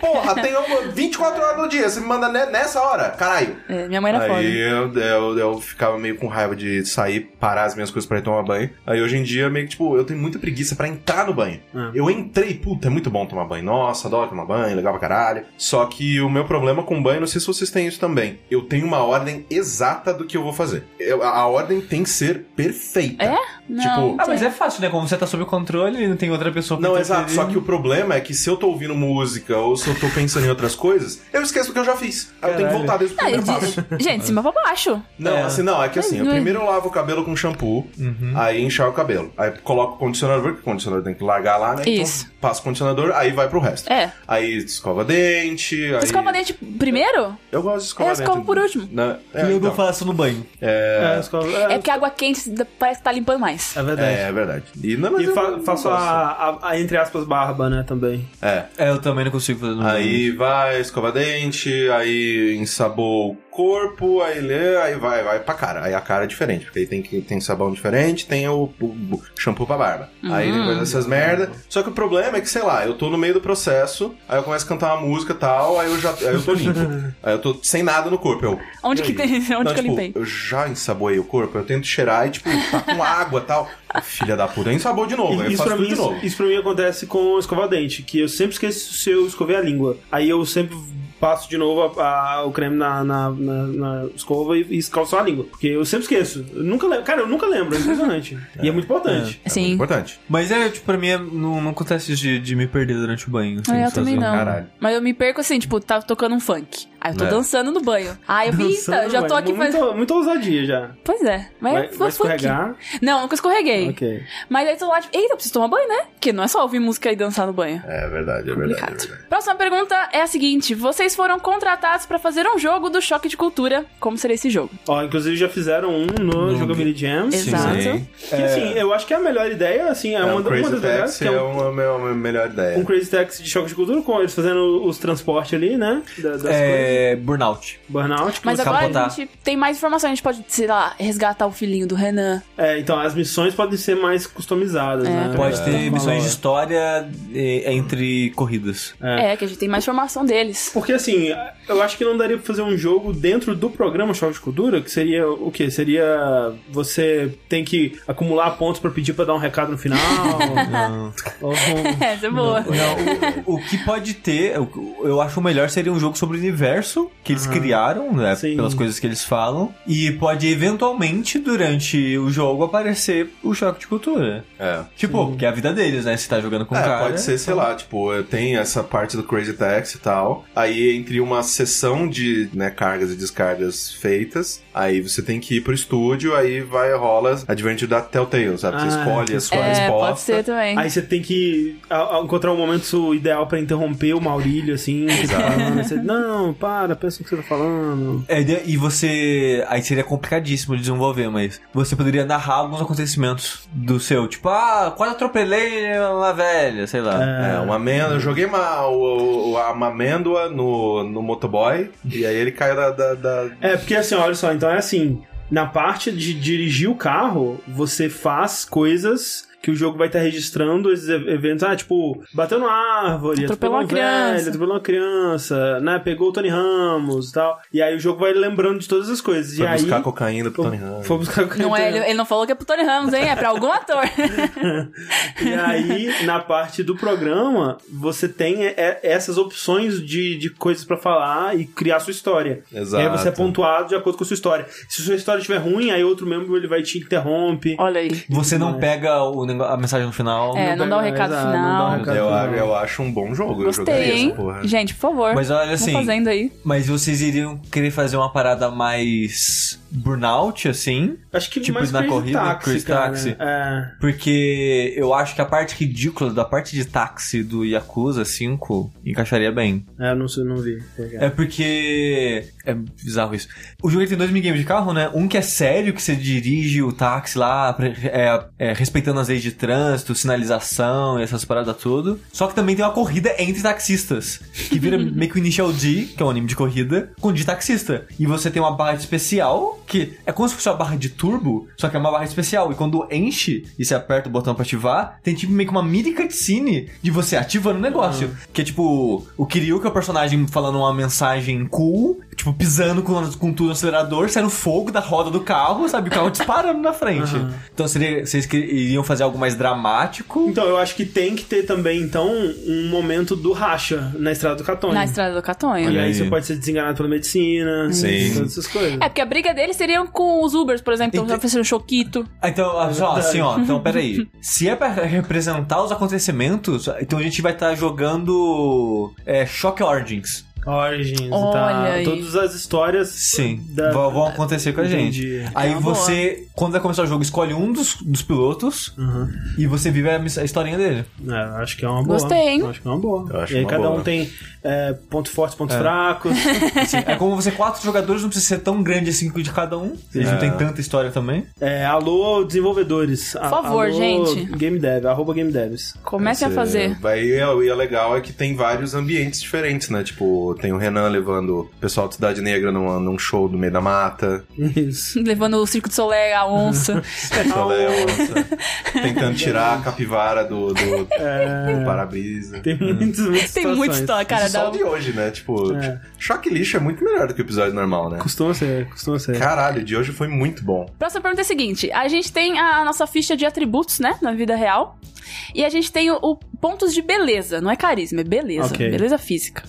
Speaker 4: Porra, tem uma- 24 horas no dia, você me manda ne- nessa hora, caralho.
Speaker 1: É, minha mãe era foda.
Speaker 4: Aí eu, eu, eu ficava meio com raiva de sair, parar as minhas coisas pra ir tomar banho. Aí hoje em dia, meio que, tipo, eu tenho muita preguiça pra entrar no banho.
Speaker 2: É.
Speaker 4: Eu entrei, puta, é muito bom tomar banho. Nossa, adoro tomar banho, legal pra caralho. Só que o meu problema com banho, não sei se vocês têm isso também. Eu tenho uma ordem exata do que eu vou fazer. Eu- a a ordem tem que ser perfeita.
Speaker 1: É? Não,
Speaker 4: tipo,
Speaker 3: Ah, mas é fácil, né? Como você tá sob controle e não tem outra pessoa pra
Speaker 4: Não,
Speaker 3: interferir.
Speaker 4: exato. Só que o problema é que se eu tô ouvindo música ou se eu tô pensando em outras coisas, eu esqueço o que eu já fiz. Aí eu tenho que
Speaker 3: Caralho.
Speaker 4: voltar desde o
Speaker 1: Ah,
Speaker 4: primeiro
Speaker 1: de-
Speaker 4: passo.
Speaker 1: Gente, de cima pra baixo.
Speaker 4: Não,
Speaker 3: É.
Speaker 4: assim, não, é que assim, eu
Speaker 1: não é-
Speaker 4: primeiro eu lavo o cabelo com shampoo,
Speaker 3: Uhum.
Speaker 4: aí enxergo o cabelo. Aí coloco o condicionador, porque o condicionador tem que largar lá, né?
Speaker 1: Isso.
Speaker 4: Então passo o condicionador, aí vai pro resto.
Speaker 1: É.
Speaker 4: Aí escova dente. aí...
Speaker 1: Você escova dente primeiro?
Speaker 4: Eu gosto de escova
Speaker 1: É, eu
Speaker 4: dente.
Speaker 1: escovo por último.
Speaker 4: Né?
Speaker 3: E
Speaker 4: É,
Speaker 3: eu não
Speaker 4: então,
Speaker 3: faço no banho.
Speaker 2: É, as covas- é,
Speaker 1: É porque a água quente dá- parece que tá limpando mais.
Speaker 2: é verdade.
Speaker 4: é, é verdade. E, não, mas
Speaker 2: E
Speaker 4: eu
Speaker 2: fa-
Speaker 4: não
Speaker 2: faço a,
Speaker 4: gosto.
Speaker 2: a- a, entre aspas, barba, né, também.
Speaker 4: É.
Speaker 3: É, eu também não consigo fazer no banho.
Speaker 4: Aí
Speaker 1: Uhum.
Speaker 4: vai, escova dente, aí ensabou o corpo, aí lê, aí vai, vai pra cara. Aí a cara é diferente, porque aí tem, que, tem sabão diferente, tem o, o- o shampoo pra barba. Aí
Speaker 1: Uhum.
Speaker 4: depois essas merda. Só que o problema é que, sei lá, eu tô no meio do processo, aí eu começo a cantar uma música e tal, aí eu já aí eu tô limpo. aí eu tô sem nada no corpo. Eu,
Speaker 1: Onde
Speaker 4: e
Speaker 1: que
Speaker 4: aí?
Speaker 1: tem? Onde
Speaker 4: Não,
Speaker 1: que eu
Speaker 4: tipo,
Speaker 1: limpei?
Speaker 4: Eu já ensaboei o corpo, eu tento cheirar e, tipo, tá com água e tal. Filha da puta, ensabou de novo, aí eu
Speaker 2: isso, pra
Speaker 4: faço tudo
Speaker 2: mim,
Speaker 4: é de novo.
Speaker 2: isso, isso pra mim acontece com escovar dente, que eu sempre esqueço se eu escovei a língua. Aí eu sempre passo de novo a- a- o creme na, na, na- na escova e, e escalço só a língua. Porque eu sempre esqueço. Eu nunca lembro. Cara, eu nunca lembro, é impressionante. E é muito importante.
Speaker 4: É muito
Speaker 1: Sim.
Speaker 4: importante.
Speaker 3: Mas é, tipo, pra mim é- não, não acontece isso de, de me perder durante o banho. assim,
Speaker 1: É, eu
Speaker 3: de fazer
Speaker 1: também
Speaker 3: um
Speaker 1: não.
Speaker 4: caralho.
Speaker 1: Mas eu me perco assim, tipo, tá tocando um funk. Aí eu tô
Speaker 4: É.
Speaker 1: dançando no banho. Aí eu vi,
Speaker 2: Dançando,
Speaker 1: eita, já tô
Speaker 2: ué,
Speaker 1: aqui
Speaker 2: muito,
Speaker 1: fazendo.
Speaker 2: Muita ousadia já.
Speaker 1: Pois é, mas
Speaker 2: Vai,
Speaker 1: foi
Speaker 2: vai
Speaker 1: funk.
Speaker 2: escorregar.
Speaker 1: Não, nunca escorreguei.
Speaker 2: Ok.
Speaker 1: Mas aí tô lá, tipo, eita, eu preciso tomar banho, né? Porque não é só ouvir música e dançar no banho.
Speaker 4: É verdade, é verdade, é
Speaker 1: Complicado.
Speaker 4: verdade.
Speaker 1: Próxima pergunta é a seguinte: vocês foram contratados pra fazer um jogo do choque de cultura. Como seria esse jogo?
Speaker 2: Ó, inclusive já fizeram um no,
Speaker 3: No-
Speaker 2: Jogabilidade Jam.
Speaker 1: Exato.
Speaker 2: Que assim, eu acho que é a melhor ideia, assim, é,
Speaker 4: É,
Speaker 2: uma,
Speaker 4: o
Speaker 2: da- uma
Speaker 4: Crazy
Speaker 2: das melhores.
Speaker 4: Taxi
Speaker 2: que é
Speaker 4: é
Speaker 2: um,
Speaker 4: uma, uma, uma melhor ideia.
Speaker 2: um Crazy Taxi de choque de cultura, com eles fazendo os transportes ali, né? da- das coisas.
Speaker 3: É, burnout.
Speaker 2: Burnout.
Speaker 1: Mas
Speaker 3: Vou
Speaker 1: agora a
Speaker 3: capotar.
Speaker 1: gente tem mais informação, a gente pode, sei lá, resgatar o filhinho do Renan.
Speaker 2: É, então as missões podem ser mais customizadas, né?
Speaker 3: Pode
Speaker 2: É.
Speaker 3: ter missões de
Speaker 2: Valor.
Speaker 3: história eh, entre corridas.
Speaker 1: É, que a gente tem mais informação deles.
Speaker 2: Porque assim, Eu acho que não daria pra fazer um jogo dentro do programa Choque de Cultura, que seria o quê? Seria você tem que acumular pontos pra pedir pra dar um recado no final.
Speaker 1: Ah.
Speaker 3: Ah.
Speaker 2: Ou-
Speaker 1: Essa é boa.
Speaker 3: Não, o, o que pode ter, eu, eu acho o melhor seria um jogo sobre o universo que eles criaram, né?
Speaker 2: Sim.
Speaker 3: Pelas coisas que eles falam. E pode eventualmente, durante o jogo, aparecer o choque de cultura.
Speaker 4: É.
Speaker 3: Tipo, porque é a vida deles, né? Você tá jogando com o
Speaker 4: É,
Speaker 3: cara.
Speaker 4: pode ser, sei lá, tipo, eh, tem essa parte do Crazy Tax e tal. Aí, entre uma sessão de né, cargas e descargas feitas, aí você tem que ir pro estúdio, aí vai rola Adventure da Telltale, sabe? Você
Speaker 2: Ah,
Speaker 4: escolhe a sua
Speaker 1: É,
Speaker 4: resposta.
Speaker 1: pode ser também.
Speaker 2: Aí você tem que a- a- encontrar um momento ideal pra interromper o Maurílio, assim. que tá falando. Você, não, para, pensa o que você tá falando.
Speaker 3: É, de- e você. Aí seria complicadíssimo de desenvolver, mas você poderia narrar alguns acontecimentos do seu. Tipo, ah, quase atropelei uma velha, sei lá.
Speaker 4: É, uma amêndoa. Eu joguei uma, o- o- a- uma amêndoa no, no motoboy e aí ele caiu da. da, da-
Speaker 2: É, porque assim, olha só, então é assim. Na parte de dirigir o carro, você faz coisas que o jogo vai estar registrando esses e- eventos. Ah, tipo, bateu na árvore,
Speaker 1: Atropelou
Speaker 2: um
Speaker 1: uma criança.
Speaker 2: velho, atropelou uma criança, né? Pegou o Tony Ramos e tal. E aí o jogo vai lembrando de todas as coisas.
Speaker 4: Foi
Speaker 2: e
Speaker 4: buscar
Speaker 2: aí.
Speaker 4: cocaína pro Tony Ramos.
Speaker 2: Foi buscar cocaína.
Speaker 1: Não é, ele, ele não falou que é pro Tony Ramos, hein? É pra algum ator.
Speaker 2: E aí, na parte do programa, você tem é, é, essas opções de, de coisas pra falar e criar sua história.
Speaker 4: Exato.
Speaker 2: E aí você é pontuado de acordo com a sua história. Se sua história estiver ruim, aí outro membro ele vai te interrompe.
Speaker 1: Olha aí.
Speaker 3: Você não pega o nego- a mensagem no final. né?
Speaker 1: É, não dá o recado
Speaker 2: Exato, não dá o
Speaker 1: final.
Speaker 2: recado
Speaker 4: Eu,
Speaker 2: final.
Speaker 4: a- eu acho um bom jogo. eu
Speaker 1: Gostei,
Speaker 4: joguei
Speaker 1: hein?
Speaker 4: essa porra.
Speaker 1: Gente, por favor.
Speaker 3: Mas olha
Speaker 1: vão
Speaker 3: assim.
Speaker 1: fazendo aí.
Speaker 3: Mas vocês iriam querer fazer uma parada mais burnout, assim?
Speaker 2: Acho que
Speaker 3: Tipo,
Speaker 2: mais
Speaker 3: na
Speaker 2: Crazy
Speaker 3: corrida,
Speaker 2: Taxi,
Speaker 3: Crazy
Speaker 2: cara.
Speaker 3: Taxi.
Speaker 2: É.
Speaker 3: Porque eu acho que a parte ridícula da parte de táxi do Yakuza 5 encaixaria bem.
Speaker 2: É, eu não, sei, não vi.
Speaker 3: É porque. É bizarro isso. O jogo ele tem dois minigames de carro, né? Um que é sério, que você dirige o táxi lá, pre- é, é, respeitando as leis de trânsito, sinalização e essas paradas tudo. Só que também tem uma corrida entre taxistas, que vira meio que o Initial D, que é um anime de corrida, com de taxista. E você tem uma barra especial, que é como se fosse uma barra de turbo, só que é uma barra especial. E quando enche e você aperta o botão pra ativar, tem tipo meio que uma mini cutscene de você ativando o negócio. Que é tipo, o Kiryu, que é o personagem falando uma mensagem cool, tipo, pisando com, com tudo no acelerador, saindo fogo da roda do carro, sabe? O carro disparando na frente.
Speaker 2: Aham.
Speaker 3: Então seria, vocês que- iriam fazer algo mais dramático.
Speaker 2: Então, eu acho que tem que ter também, então, um momento do racha na Estrada do Catone.
Speaker 1: Na Estrada do Catonho.
Speaker 2: E
Speaker 3: Olha
Speaker 2: aí
Speaker 3: aí.
Speaker 2: você pode ser desenganado pela medicina,
Speaker 4: Sim.
Speaker 2: todas essas coisas.
Speaker 1: É, porque a briga deles seria com os Ubers, por exemplo. Então,
Speaker 3: Entendi.
Speaker 1: o professor Choquito.
Speaker 3: Ah, Então, ó, só, assim, ó, então peraí. Se é pra representar os acontecimentos, então a gente vai estar jogando é, Shock Origins.
Speaker 2: Origins e
Speaker 1: É. Olha
Speaker 2: tal.
Speaker 1: aí.
Speaker 2: Todas as histórias
Speaker 3: Sim.
Speaker 2: Da-
Speaker 3: Vão, vão acontecer com a gente.
Speaker 2: Entendi. Então,
Speaker 3: Aí
Speaker 1: É uma
Speaker 3: você, quando vai começar o jogo, escolhe um dos, dos pilotos
Speaker 2: Uhum.
Speaker 3: e você vive a, miss- a historinha dele.
Speaker 2: É, acho que é uma boa.
Speaker 1: Gostei, hein?
Speaker 2: Acho que é uma boa.
Speaker 4: Eu acho
Speaker 2: e aí
Speaker 4: uma
Speaker 2: cada
Speaker 4: boa.
Speaker 2: um tem é, pontos fortes, pontos fracos.
Speaker 3: Assim, é como você, quatro jogadores, não precisa ser tão grande assim de cada um. Eles não
Speaker 4: É.
Speaker 3: têm tanta história também.
Speaker 2: É, alô, desenvolvedores. Por
Speaker 1: favor,
Speaker 2: alô,
Speaker 1: gente.
Speaker 2: Game Dev, arroba Game Devs.
Speaker 1: Comecem a
Speaker 3: é-
Speaker 4: Você-
Speaker 1: fazer.
Speaker 4: Vai, e o e o legal é que tem vários ambientes diferentes, né? Tipo, tem o Renan levando o pessoal de Cidade Negra num, num show no meio da mata.
Speaker 2: Isso.
Speaker 1: Levando o Circo de Soleil, a onça.
Speaker 4: Chalé, onça, tentando tirar a capivara do, do, do para-brisa.
Speaker 2: Tem muitos, muitos
Speaker 1: Tem muito história, cara.
Speaker 4: Isso só
Speaker 1: Dá...
Speaker 4: o de hoje, né? Tipo,
Speaker 2: É.
Speaker 4: choque lixo é muito melhor do que o episódio normal, né?
Speaker 2: Costuma ser, costuma ser.
Speaker 4: Caralho, o de hoje foi muito bom.
Speaker 1: Próxima pergunta é a seguinte: a gente tem a nossa ficha de atributos, né? Na vida real. E a gente tem o, o pontos de beleza, não é carisma, é beleza.
Speaker 2: Ok.
Speaker 1: Beleza física.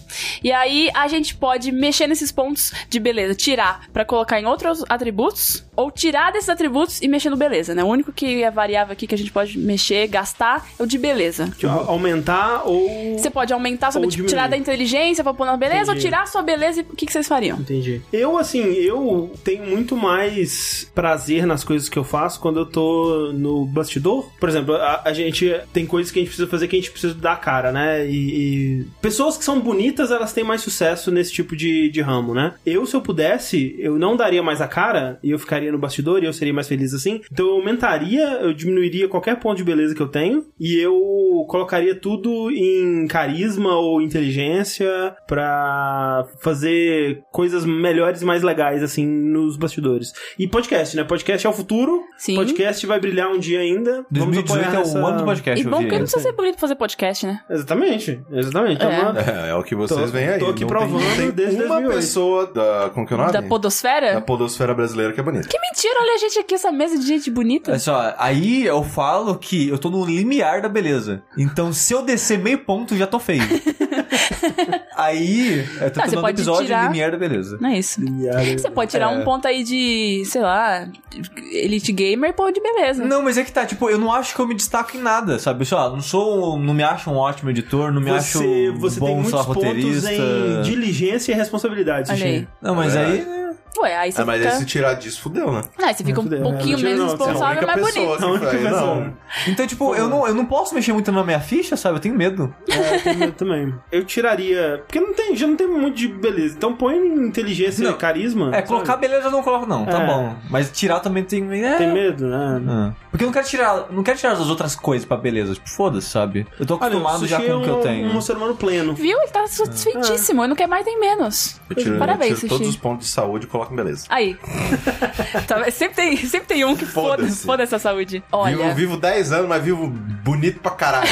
Speaker 1: E aí a gente pode mexer nesses pontos de beleza, tirar pra colocar em outros atributos, ou tirar desses atributos e mexer no beleza, né? O único que é variável aqui que a gente pode mexer, gastar, é o de beleza.
Speaker 2: Tipo, aumentar ou.
Speaker 1: Você pode aumentar sua
Speaker 2: Ou
Speaker 1: tipo,
Speaker 2: diminuir.
Speaker 1: tirar da inteligência pra pôr na beleza, ou
Speaker 2: Entendi.
Speaker 1: tirar sua beleza e o que, que vocês fariam?
Speaker 2: Entendi. Eu, assim, eu tenho muito mais prazer nas coisas que eu faço quando eu tô no bastidor. Por exemplo, a, a gente tem coisas que a gente precisa fazer que a gente precisa dar cara, né? E, e pessoas que são bonitas, elas têm mais sucesso nesse tipo de, de ramo, né? Eu, se eu pudesse, eu não daria mais a cara e eu ficaria no bastidor e eu seria mais feliz assim. Então eu aumentaria, eu diminuiria qualquer ponto de beleza que eu tenho e eu colocaria tudo em carisma ou inteligência pra fazer coisas melhores e mais legais assim nos bastidores. E podcast, né? Podcast é o futuro.
Speaker 1: Sim.
Speaker 2: Podcast vai brilhar um dia ainda. Vamos
Speaker 3: 2018
Speaker 2: apoiar
Speaker 3: é o
Speaker 2: essa-
Speaker 3: ano do podcast,
Speaker 1: E
Speaker 3: eu
Speaker 1: bom que
Speaker 3: diria.
Speaker 1: não precisa ser bonito pra fazer fazer podcast, né?
Speaker 2: Exatamente, exatamente. É,
Speaker 1: É.
Speaker 2: uma-
Speaker 4: É, é o que vocês
Speaker 2: Tô-
Speaker 4: veem aí.
Speaker 2: tô aqui
Speaker 4: Não
Speaker 2: provando
Speaker 4: tem, não tem
Speaker 2: desde
Speaker 4: uma
Speaker 2: 2008.
Speaker 4: pessoa da. Como que é o nome?
Speaker 1: Da podosfera?
Speaker 4: Da podosfera brasileira que é bonita.
Speaker 1: Que mentira, olha a gente aqui, essa mesa de gente bonita.
Speaker 3: Olha só, aí eu falo que eu tô no limiar da beleza. Então, se eu descer meio ponto, já tô feio. aí, eu tô
Speaker 1: Ah, você
Speaker 3: tendo um
Speaker 1: pode
Speaker 3: episódio
Speaker 1: tirar-
Speaker 3: limiar da beleza.
Speaker 1: Não é isso. Você pode tirar
Speaker 4: É.
Speaker 1: um ponto aí de, sei lá, Elite Gamer e pô de beleza.
Speaker 3: Não, mas é que tá, tipo, eu não acho que eu me destaco em nada, sabe? Sei lá, não sou, um- não me acho um ótimo editor, não me acho
Speaker 2: Você,
Speaker 3: um
Speaker 2: você
Speaker 3: bom
Speaker 2: tem
Speaker 3: sei lá,
Speaker 2: muitos pontos
Speaker 3: roteirista.
Speaker 2: em diligência e responsabilidade,
Speaker 1: Olha
Speaker 2: Sushi.
Speaker 1: aí.
Speaker 3: Não, mas
Speaker 4: É
Speaker 3: aí,
Speaker 4: verdade.
Speaker 1: Ué, aí você
Speaker 4: Ah, mas
Speaker 1: fica.
Speaker 4: aí se tirar disso, fudeu, né?
Speaker 1: Não, aí você fica um
Speaker 2: Fudeu,
Speaker 1: pouquinho
Speaker 2: né?
Speaker 1: menos
Speaker 2: Não, você é a
Speaker 4: a
Speaker 1: responsável,
Speaker 4: única
Speaker 1: mas
Speaker 4: pessoa
Speaker 1: bonito.
Speaker 4: que
Speaker 2: A única
Speaker 4: faz-
Speaker 2: pessoa.
Speaker 4: Não.
Speaker 3: Então, tipo, eu não, eu não posso mexer muito na minha ficha, sabe? Eu tenho medo.
Speaker 2: É, tem medo também. Eu tiraria. Porque não tem, já não tem muito de beleza. Então põe inteligência e
Speaker 3: Não.
Speaker 2: carisma.
Speaker 3: É, colocar beleza eu não coloco, não, tá
Speaker 2: É.
Speaker 3: bom. Mas tirar também tem. É...
Speaker 2: Tem medo, né?
Speaker 3: Ah. Porque eu não quero tirar. Não quero tirar as outras coisas pra beleza. Tipo, foda-se, sabe? Eu tô
Speaker 2: Olha,
Speaker 3: acostumado
Speaker 2: o
Speaker 3: já
Speaker 2: Sushi
Speaker 3: com
Speaker 2: é
Speaker 3: o que eu
Speaker 2: um-
Speaker 3: tenho.
Speaker 2: um ser humano pleno.
Speaker 1: Viu? Ele
Speaker 4: Ah.
Speaker 1: tá satisfeitíssimo. Ele não quer mais nem menos.
Speaker 4: Eu tiro, eu
Speaker 1: Parabéns,
Speaker 4: tiro
Speaker 1: Sushi.
Speaker 4: todos os pontos de saúde e coloco em beleza.
Speaker 1: Aí. Tá, sempre, tem, sempre tem um que foda,
Speaker 4: Foda-se.
Speaker 1: foda essa saúde.
Speaker 4: Vivo,
Speaker 1: Olha,
Speaker 4: vivo 10 anos, mas vivo bonito pra caralho.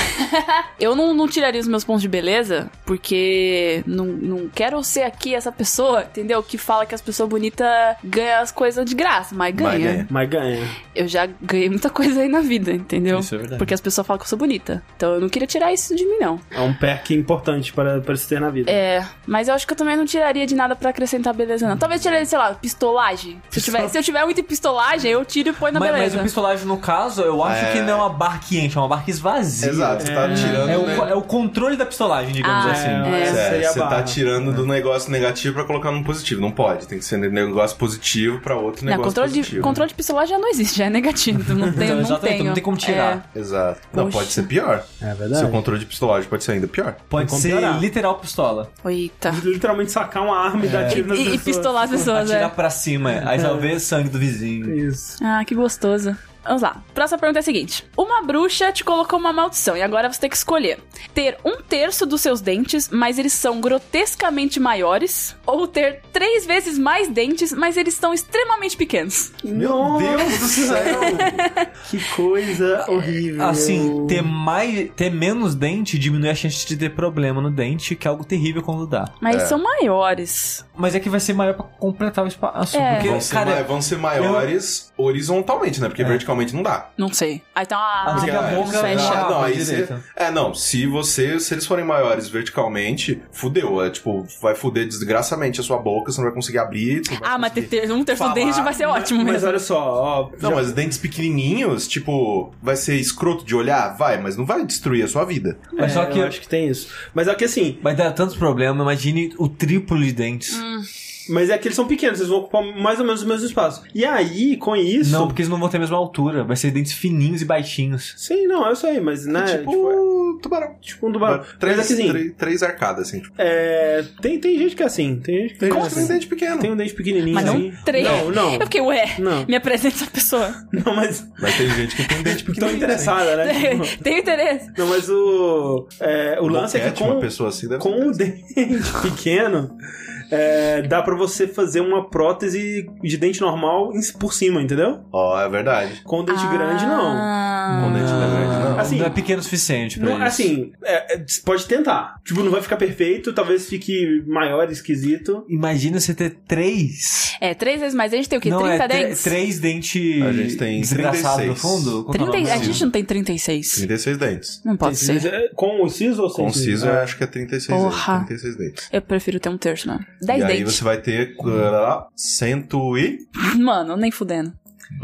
Speaker 1: eu não, não tiraria os meus pontos de beleza, porque não, não quero ser aqui essa pessoa, entendeu? Que fala que as pessoas bonitas ganham as coisas de graça, mas ganha.
Speaker 4: Mas ganha.
Speaker 2: Mas ganha.
Speaker 1: Eu já ganhei muita coisa aí na vida, entendeu?
Speaker 3: Isso é verdade.
Speaker 1: Porque as pessoas falam que eu sou bonita. Então eu não queria tirar isso de mim, não.
Speaker 2: É um perk importante para, para se ter na vida.
Speaker 1: É, mas eu acho que eu também não tiraria de nada pra acrescentar beleza, não. Talvez tiraria, sei lá, pistolagem. Se eu tiver, se eu tiver muita pistolagem, eu tiro e põe na
Speaker 3: Mas, mas
Speaker 1: beleza.
Speaker 3: o pistolagem, no caso, eu acho
Speaker 4: É.
Speaker 3: que não é uma barra que enche, é uma barra que esvazia.
Speaker 4: Exato, você tá tirando.
Speaker 3: É o,
Speaker 4: né?
Speaker 3: é o controle da pistolagem, digamos
Speaker 1: Ah,
Speaker 3: assim.
Speaker 1: é.
Speaker 2: essa
Speaker 4: É,
Speaker 2: seria a
Speaker 4: você tá
Speaker 2: barra.
Speaker 4: tirando do negócio negativo pra colocar num positivo. Não pode. Tem que ser negócio positivo pra outro
Speaker 1: Não,
Speaker 4: negócio
Speaker 1: controle
Speaker 4: positivo.
Speaker 1: de, controle de pistolagem já não existe, já é negativo. Não tem, não
Speaker 3: né? exatamente,
Speaker 1: tenho. É.
Speaker 3: não tem como tirar.
Speaker 4: Exato. Não,
Speaker 1: Poxa.
Speaker 4: pode ser pior.
Speaker 2: É
Speaker 4: Seu controle de pistolagem pode ser ainda pior.
Speaker 3: Pode
Speaker 2: Tem como
Speaker 3: ser
Speaker 2: piorar.
Speaker 3: literal pistola.
Speaker 1: É. Eita.
Speaker 2: Literalmente sacar uma arma e
Speaker 3: É.
Speaker 2: dar tiro nas
Speaker 1: E, e
Speaker 2: pessoas.
Speaker 1: pistolar as pessoas,
Speaker 3: Atirar
Speaker 1: é.
Speaker 3: pra cima, aí talvez sangue do vizinho.
Speaker 2: Isso.
Speaker 1: Ah, que gostoso. Vamos lá. Próxima pergunta é a seguinte: Uma bruxa te colocou uma maldição e agora você tem que escolher ter um terço dos seus dentes, mas eles são grotescamente maiores, ou ter três vezes mais dentes, mas eles são extremamente pequenos.
Speaker 2: Nossa,
Speaker 4: Deus do céu!
Speaker 2: Que coisa horrível.
Speaker 3: Assim, ter mais, ter menos dente diminui a chance de ter problema no dente, que é algo terrível quando dá.
Speaker 1: Mas eles
Speaker 4: É.
Speaker 1: são maiores.
Speaker 3: Mas é que vai ser maior pra completar o espaço.
Speaker 1: É.
Speaker 3: Porque,
Speaker 4: vão, ser
Speaker 3: cara,
Speaker 4: ma- vão ser maiores horizontalmente, né?
Speaker 1: É.
Speaker 4: Porque verticalmente não dá.
Speaker 1: Não sei. Ah, então
Speaker 3: Ah,
Speaker 1: a,
Speaker 3: mas
Speaker 4: Porque
Speaker 3: é que a
Speaker 4: é,
Speaker 3: boca
Speaker 1: fecha.
Speaker 4: Ah, não,
Speaker 3: pra
Speaker 4: aí
Speaker 3: direita.
Speaker 4: você- É, não. Se você. Se eles forem maiores verticalmente, fudeu. É tipo, vai fuder desgraçamente a sua boca, você não vai conseguir abrir. você não vai
Speaker 1: Ah, mas ter,
Speaker 4: conseguir-
Speaker 1: ter um terço do
Speaker 4: falar,
Speaker 1: dente vai ser ótimo
Speaker 2: Mas
Speaker 1: um mesmo.
Speaker 2: olha só, ó.
Speaker 4: Não, mas dentes pequenininhos, tipo, vai ser escroto de olhar? Vai, mas não vai destruir a sua vida.
Speaker 2: é,
Speaker 3: mas só que
Speaker 2: eu acho que tem isso. Mas é que assim,
Speaker 3: vai dar tantos problemas, imagine o triplo de dentes.
Speaker 1: Hum.
Speaker 2: mas é que eles são pequenos, eles vão ocupar mais ou menos o mesmo espaço. E aí, com isso.
Speaker 3: Não, porque eles não vão ter a mesma altura, vai ser dentes fininhos e baixinhos.
Speaker 2: Sim, não, eu sei, mas né?
Speaker 4: É,
Speaker 2: tipo, é,
Speaker 4: tipo, tubarão.
Speaker 2: tipo um tubarão.
Speaker 4: Três,
Speaker 2: mas é que assim,
Speaker 4: três, três arcadas, assim. Tipo,
Speaker 2: é, tem, tem gente que é assim. Tem gente que
Speaker 4: tem
Speaker 2: tem,
Speaker 4: gente que tem
Speaker 2: assim.
Speaker 4: dente pequeno.
Speaker 2: tem um dente pequenininho.
Speaker 1: Mas não
Speaker 2: assim.
Speaker 1: três.
Speaker 2: Não, não.
Speaker 1: Eu fiquei, ué,
Speaker 2: Não,
Speaker 1: me apresenta essa pessoa.
Speaker 2: não, mas
Speaker 4: Mas tem gente que tem dente
Speaker 2: tô
Speaker 4: pequeno.
Speaker 2: interessada, né? Tipo,
Speaker 1: Tem interesse.
Speaker 2: Não, mas o. é, o lance é que
Speaker 4: Um uma
Speaker 2: com,
Speaker 4: pessoa assim deve
Speaker 2: com o dente pequeno, é, dá pra você fazer uma prótese de dente normal em- por cima, entendeu?
Speaker 4: Ó, é verdade.
Speaker 2: Com o dente
Speaker 1: Ah.
Speaker 2: grande, não.
Speaker 1: não.
Speaker 4: Com dente grande, não.
Speaker 3: Assim,
Speaker 2: Assim-
Speaker 3: não é pequeno o suficiente
Speaker 4: Tipo
Speaker 3: pra
Speaker 2: Não,
Speaker 3: isso.
Speaker 2: assim, é, é, pode tentar. Tipo, não vai ficar perfeito, talvez fique maior, esquisito.
Speaker 3: Imagina você ter três.
Speaker 1: É, três vezes mais a gente tem o quê? 30
Speaker 3: é tre-
Speaker 1: dentes?
Speaker 3: Três dentes
Speaker 4: A gente tem
Speaker 3: desgraçados no
Speaker 4: 36.
Speaker 3: fundo. Qual que é o
Speaker 1: 30
Speaker 3: nome?
Speaker 1: A gente não tem 36.
Speaker 4: 36 dentes.
Speaker 1: Não pode ser.
Speaker 2: É, Com o siso ou sem
Speaker 4: Com o siso, eu
Speaker 2: é.
Speaker 4: acho que é 36
Speaker 1: Porra.
Speaker 4: dentes. 36 dentes.
Speaker 1: Eu prefiro ter um terço, mano.
Speaker 4: é- e
Speaker 1: 10
Speaker 4: aí
Speaker 1: dentes.
Speaker 4: você vai ter ah, cento e...
Speaker 1: Mano, nem fudendo.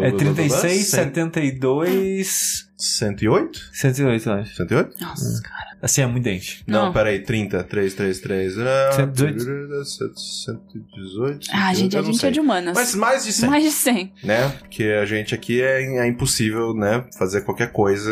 Speaker 3: É 36,
Speaker 4: Cento-
Speaker 3: 72,
Speaker 4: 108?
Speaker 3: 108, eu acho.
Speaker 4: 108?
Speaker 1: Nossa, cara.
Speaker 3: Assim, é muito dente.
Speaker 4: Não,
Speaker 1: Não.
Speaker 4: peraí, 30, 3, 3, 3.
Speaker 3: 118.
Speaker 4: 118.
Speaker 1: Ah, gente, a
Speaker 4: eu não
Speaker 1: gente
Speaker 4: sei.
Speaker 1: é de humanas.
Speaker 4: Mas mais de 100,
Speaker 1: Mais de 100.
Speaker 4: né? Porque a gente aqui é, é impossível, né? Fazer qualquer coisa.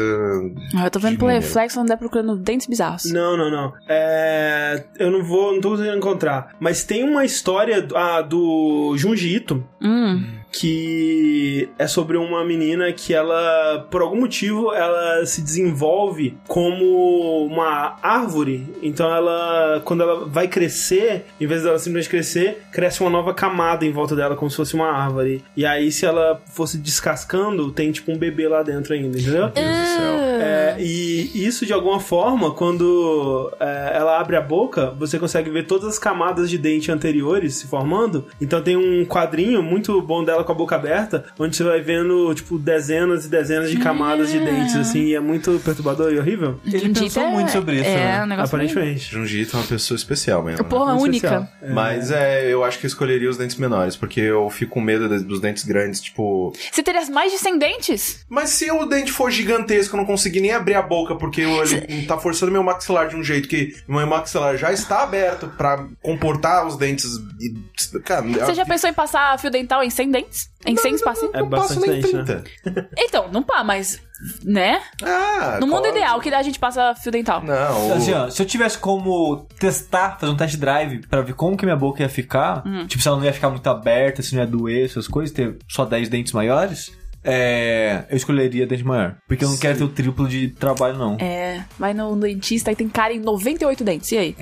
Speaker 1: Ah, eu tô vendo
Speaker 4: De
Speaker 1: pelo
Speaker 4: número.
Speaker 1: reflexo, não dá procurando dentes bizarros.
Speaker 2: Não, não, não. É, eu não vou, não tô conseguindo encontrar. Mas tem uma história do- ah, do Junji Ito,
Speaker 1: Hum.
Speaker 2: que é sobre uma menina que ela, por algum motivo, motivo, ela se desenvolve como uma árvore. Então ela, quando ela vai crescer, em vez dela simplesmente crescer, cresce uma nova camada em volta dela, como se fosse uma árvore. E aí, se ela fosse descascando, tem tipo um bebê lá dentro ainda, entendeu?
Speaker 4: Deus do céu.
Speaker 2: É, e isso de alguma forma, quando é, ela abre a boca, você consegue ver todas as camadas de dente anteriores se formando. Então tem um quadrinho muito bom dela com a boca aberta, onde você vai vendo, tipo, dezenas e dezenas de camadas de dentes, assim, e é muito perturbador e horrível.
Speaker 3: Ele
Speaker 1: Jujutsu
Speaker 3: pensou
Speaker 1: é-
Speaker 3: muito sobre isso,
Speaker 1: É,
Speaker 3: né?
Speaker 1: um negócio meio-
Speaker 2: aparentemente.
Speaker 4: Junjito é uma pessoa especial mesmo. né?
Speaker 1: Porra,
Speaker 2: Muito
Speaker 1: única.
Speaker 2: especial. É.
Speaker 4: Mas é, eu acho que eu escolheria os dentes menores, porque eu fico com medo de- dos dentes grandes, tipo.
Speaker 1: Você teria mais de 100 dentes?
Speaker 4: Mas se o dente for gigantesco, eu não consegui nem abrir a boca, porque eu- ele tá forçando meu maxilar de um jeito que meu maxilar já está aberto pra comportar os dentes. e- Cara,
Speaker 1: Você já um pensou em passar fio dental em 100 dentes? Em 100 espacinhos?
Speaker 2: É
Speaker 4: É não passo nem
Speaker 2: bastante dente, né?
Speaker 4: 30.
Speaker 1: Então, não pá, mas. Né?
Speaker 4: Ah,
Speaker 1: No mundo
Speaker 4: claro.
Speaker 1: ideal, que a gente passa fio dental.
Speaker 4: Não, o-
Speaker 3: Assim, ó, se eu tivesse como testar, fazer um test drive pra ver como que minha boca ia ficar, tipo, se ela não ia ficar muito aberta, se não ia doer, essas coisas, ter só 10 dentes maiores, é, eu escolheria dente maior. Porque eu não quero ter o triplo de trabalho, não.
Speaker 1: É, vai no dentista e tem cara em 98 dentes. E aí?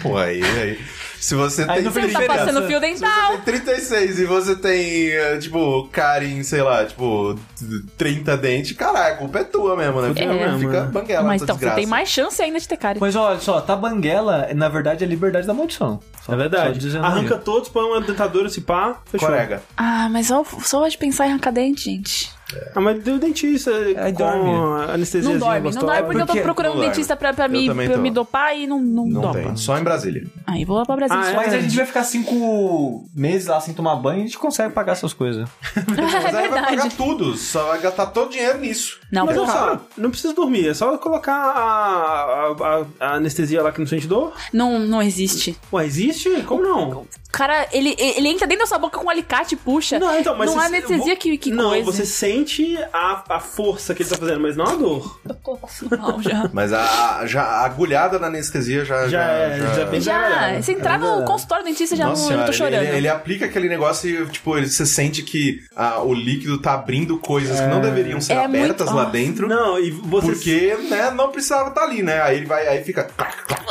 Speaker 4: pô, aí, aí. Se você
Speaker 3: Aí
Speaker 4: tem
Speaker 3: não
Speaker 1: Você não
Speaker 3: fez
Speaker 1: tá
Speaker 3: diferença.
Speaker 1: passando fio dental?
Speaker 4: Tem 36 e você tem, eh, tipo, Karen, sei lá, tipo, t- 30 dentes, caralho, a culpa é tua mesmo, né?
Speaker 2: É.
Speaker 4: Fica- Fica
Speaker 2: Mano.
Speaker 4: banguela
Speaker 1: Mas
Speaker 4: essa
Speaker 1: então, você
Speaker 4: desgraça.
Speaker 1: tem mais chance ainda de ter cara.
Speaker 3: Mas olha só, tá banguela, na verdade, é liberdade da maldição. Só-
Speaker 2: É
Speaker 3: só
Speaker 2: verdade.
Speaker 3: dizendo
Speaker 2: Arranca
Speaker 3: aí.
Speaker 2: todos, põe uma dentadura, se pá, fechou.
Speaker 4: Corega.
Speaker 1: Ah, mas só, só de pensar em arrancar dente, gente.
Speaker 2: Ah, mas deu dentista
Speaker 3: Aí
Speaker 2: com
Speaker 3: dorme.
Speaker 2: anestesia
Speaker 4: é
Speaker 1: Não dorme, não
Speaker 2: gostosa.
Speaker 1: dorme porque, eu
Speaker 3: porque
Speaker 1: tô procurando
Speaker 4: não
Speaker 1: um
Speaker 4: dorme.
Speaker 1: dentista pra, pra,
Speaker 4: Eu
Speaker 1: me,
Speaker 4: também
Speaker 1: pra
Speaker 4: tô.
Speaker 1: me dopar e não, não,
Speaker 4: Não
Speaker 1: dopa.
Speaker 4: tem, só em Brasília.
Speaker 1: Aí vou lá pra Brasil.
Speaker 2: Ah,
Speaker 3: Mas
Speaker 2: é?
Speaker 3: a gente vai ficar cinco meses lá sem tomar banho e a gente consegue pagar essas coisas.
Speaker 1: é
Speaker 4: Mas aí vai
Speaker 1: verdade.
Speaker 4: pagar tudo, só vai gastar todo o dinheiro nisso.
Speaker 1: Não,
Speaker 2: Mas olha
Speaker 1: porra.
Speaker 2: só, não precisa dormir, é só colocar a, a- a- a anestesia lá que não sente dor.
Speaker 1: não, não existe.
Speaker 2: Ué, existe? Como não?
Speaker 1: O cara, ele, ele entra dentro da sua boca com um alicate e puxa.
Speaker 2: Não, então, mas.
Speaker 1: Não há
Speaker 2: você-
Speaker 1: anestesia
Speaker 2: vo-
Speaker 1: que, que
Speaker 2: Não,
Speaker 1: coisa.
Speaker 2: você sente a, a força que ele tá fazendo, mas não a dor.
Speaker 1: Eu tô passando mal já.
Speaker 4: Mas a, a- já, a agulhada na anestesia já.
Speaker 2: Já é- já bem-
Speaker 1: Já,
Speaker 2: verdade.
Speaker 1: se entrar no consultório do dentista, já
Speaker 4: É Nossa
Speaker 1: não, eu
Speaker 4: senhora,
Speaker 1: tô
Speaker 4: ele-
Speaker 1: chorando.
Speaker 4: Ele, ele aplica aquele negócio e, tipo, ele, você sente que ah, o líquido tá abrindo coisas que não deveriam ser
Speaker 1: É
Speaker 4: abertas
Speaker 1: muito-
Speaker 4: lá
Speaker 1: Nossa.
Speaker 4: dentro.
Speaker 2: Não, e você.
Speaker 4: Porque, né, não precisava estar ali, né? Aí ele vai, aí fica.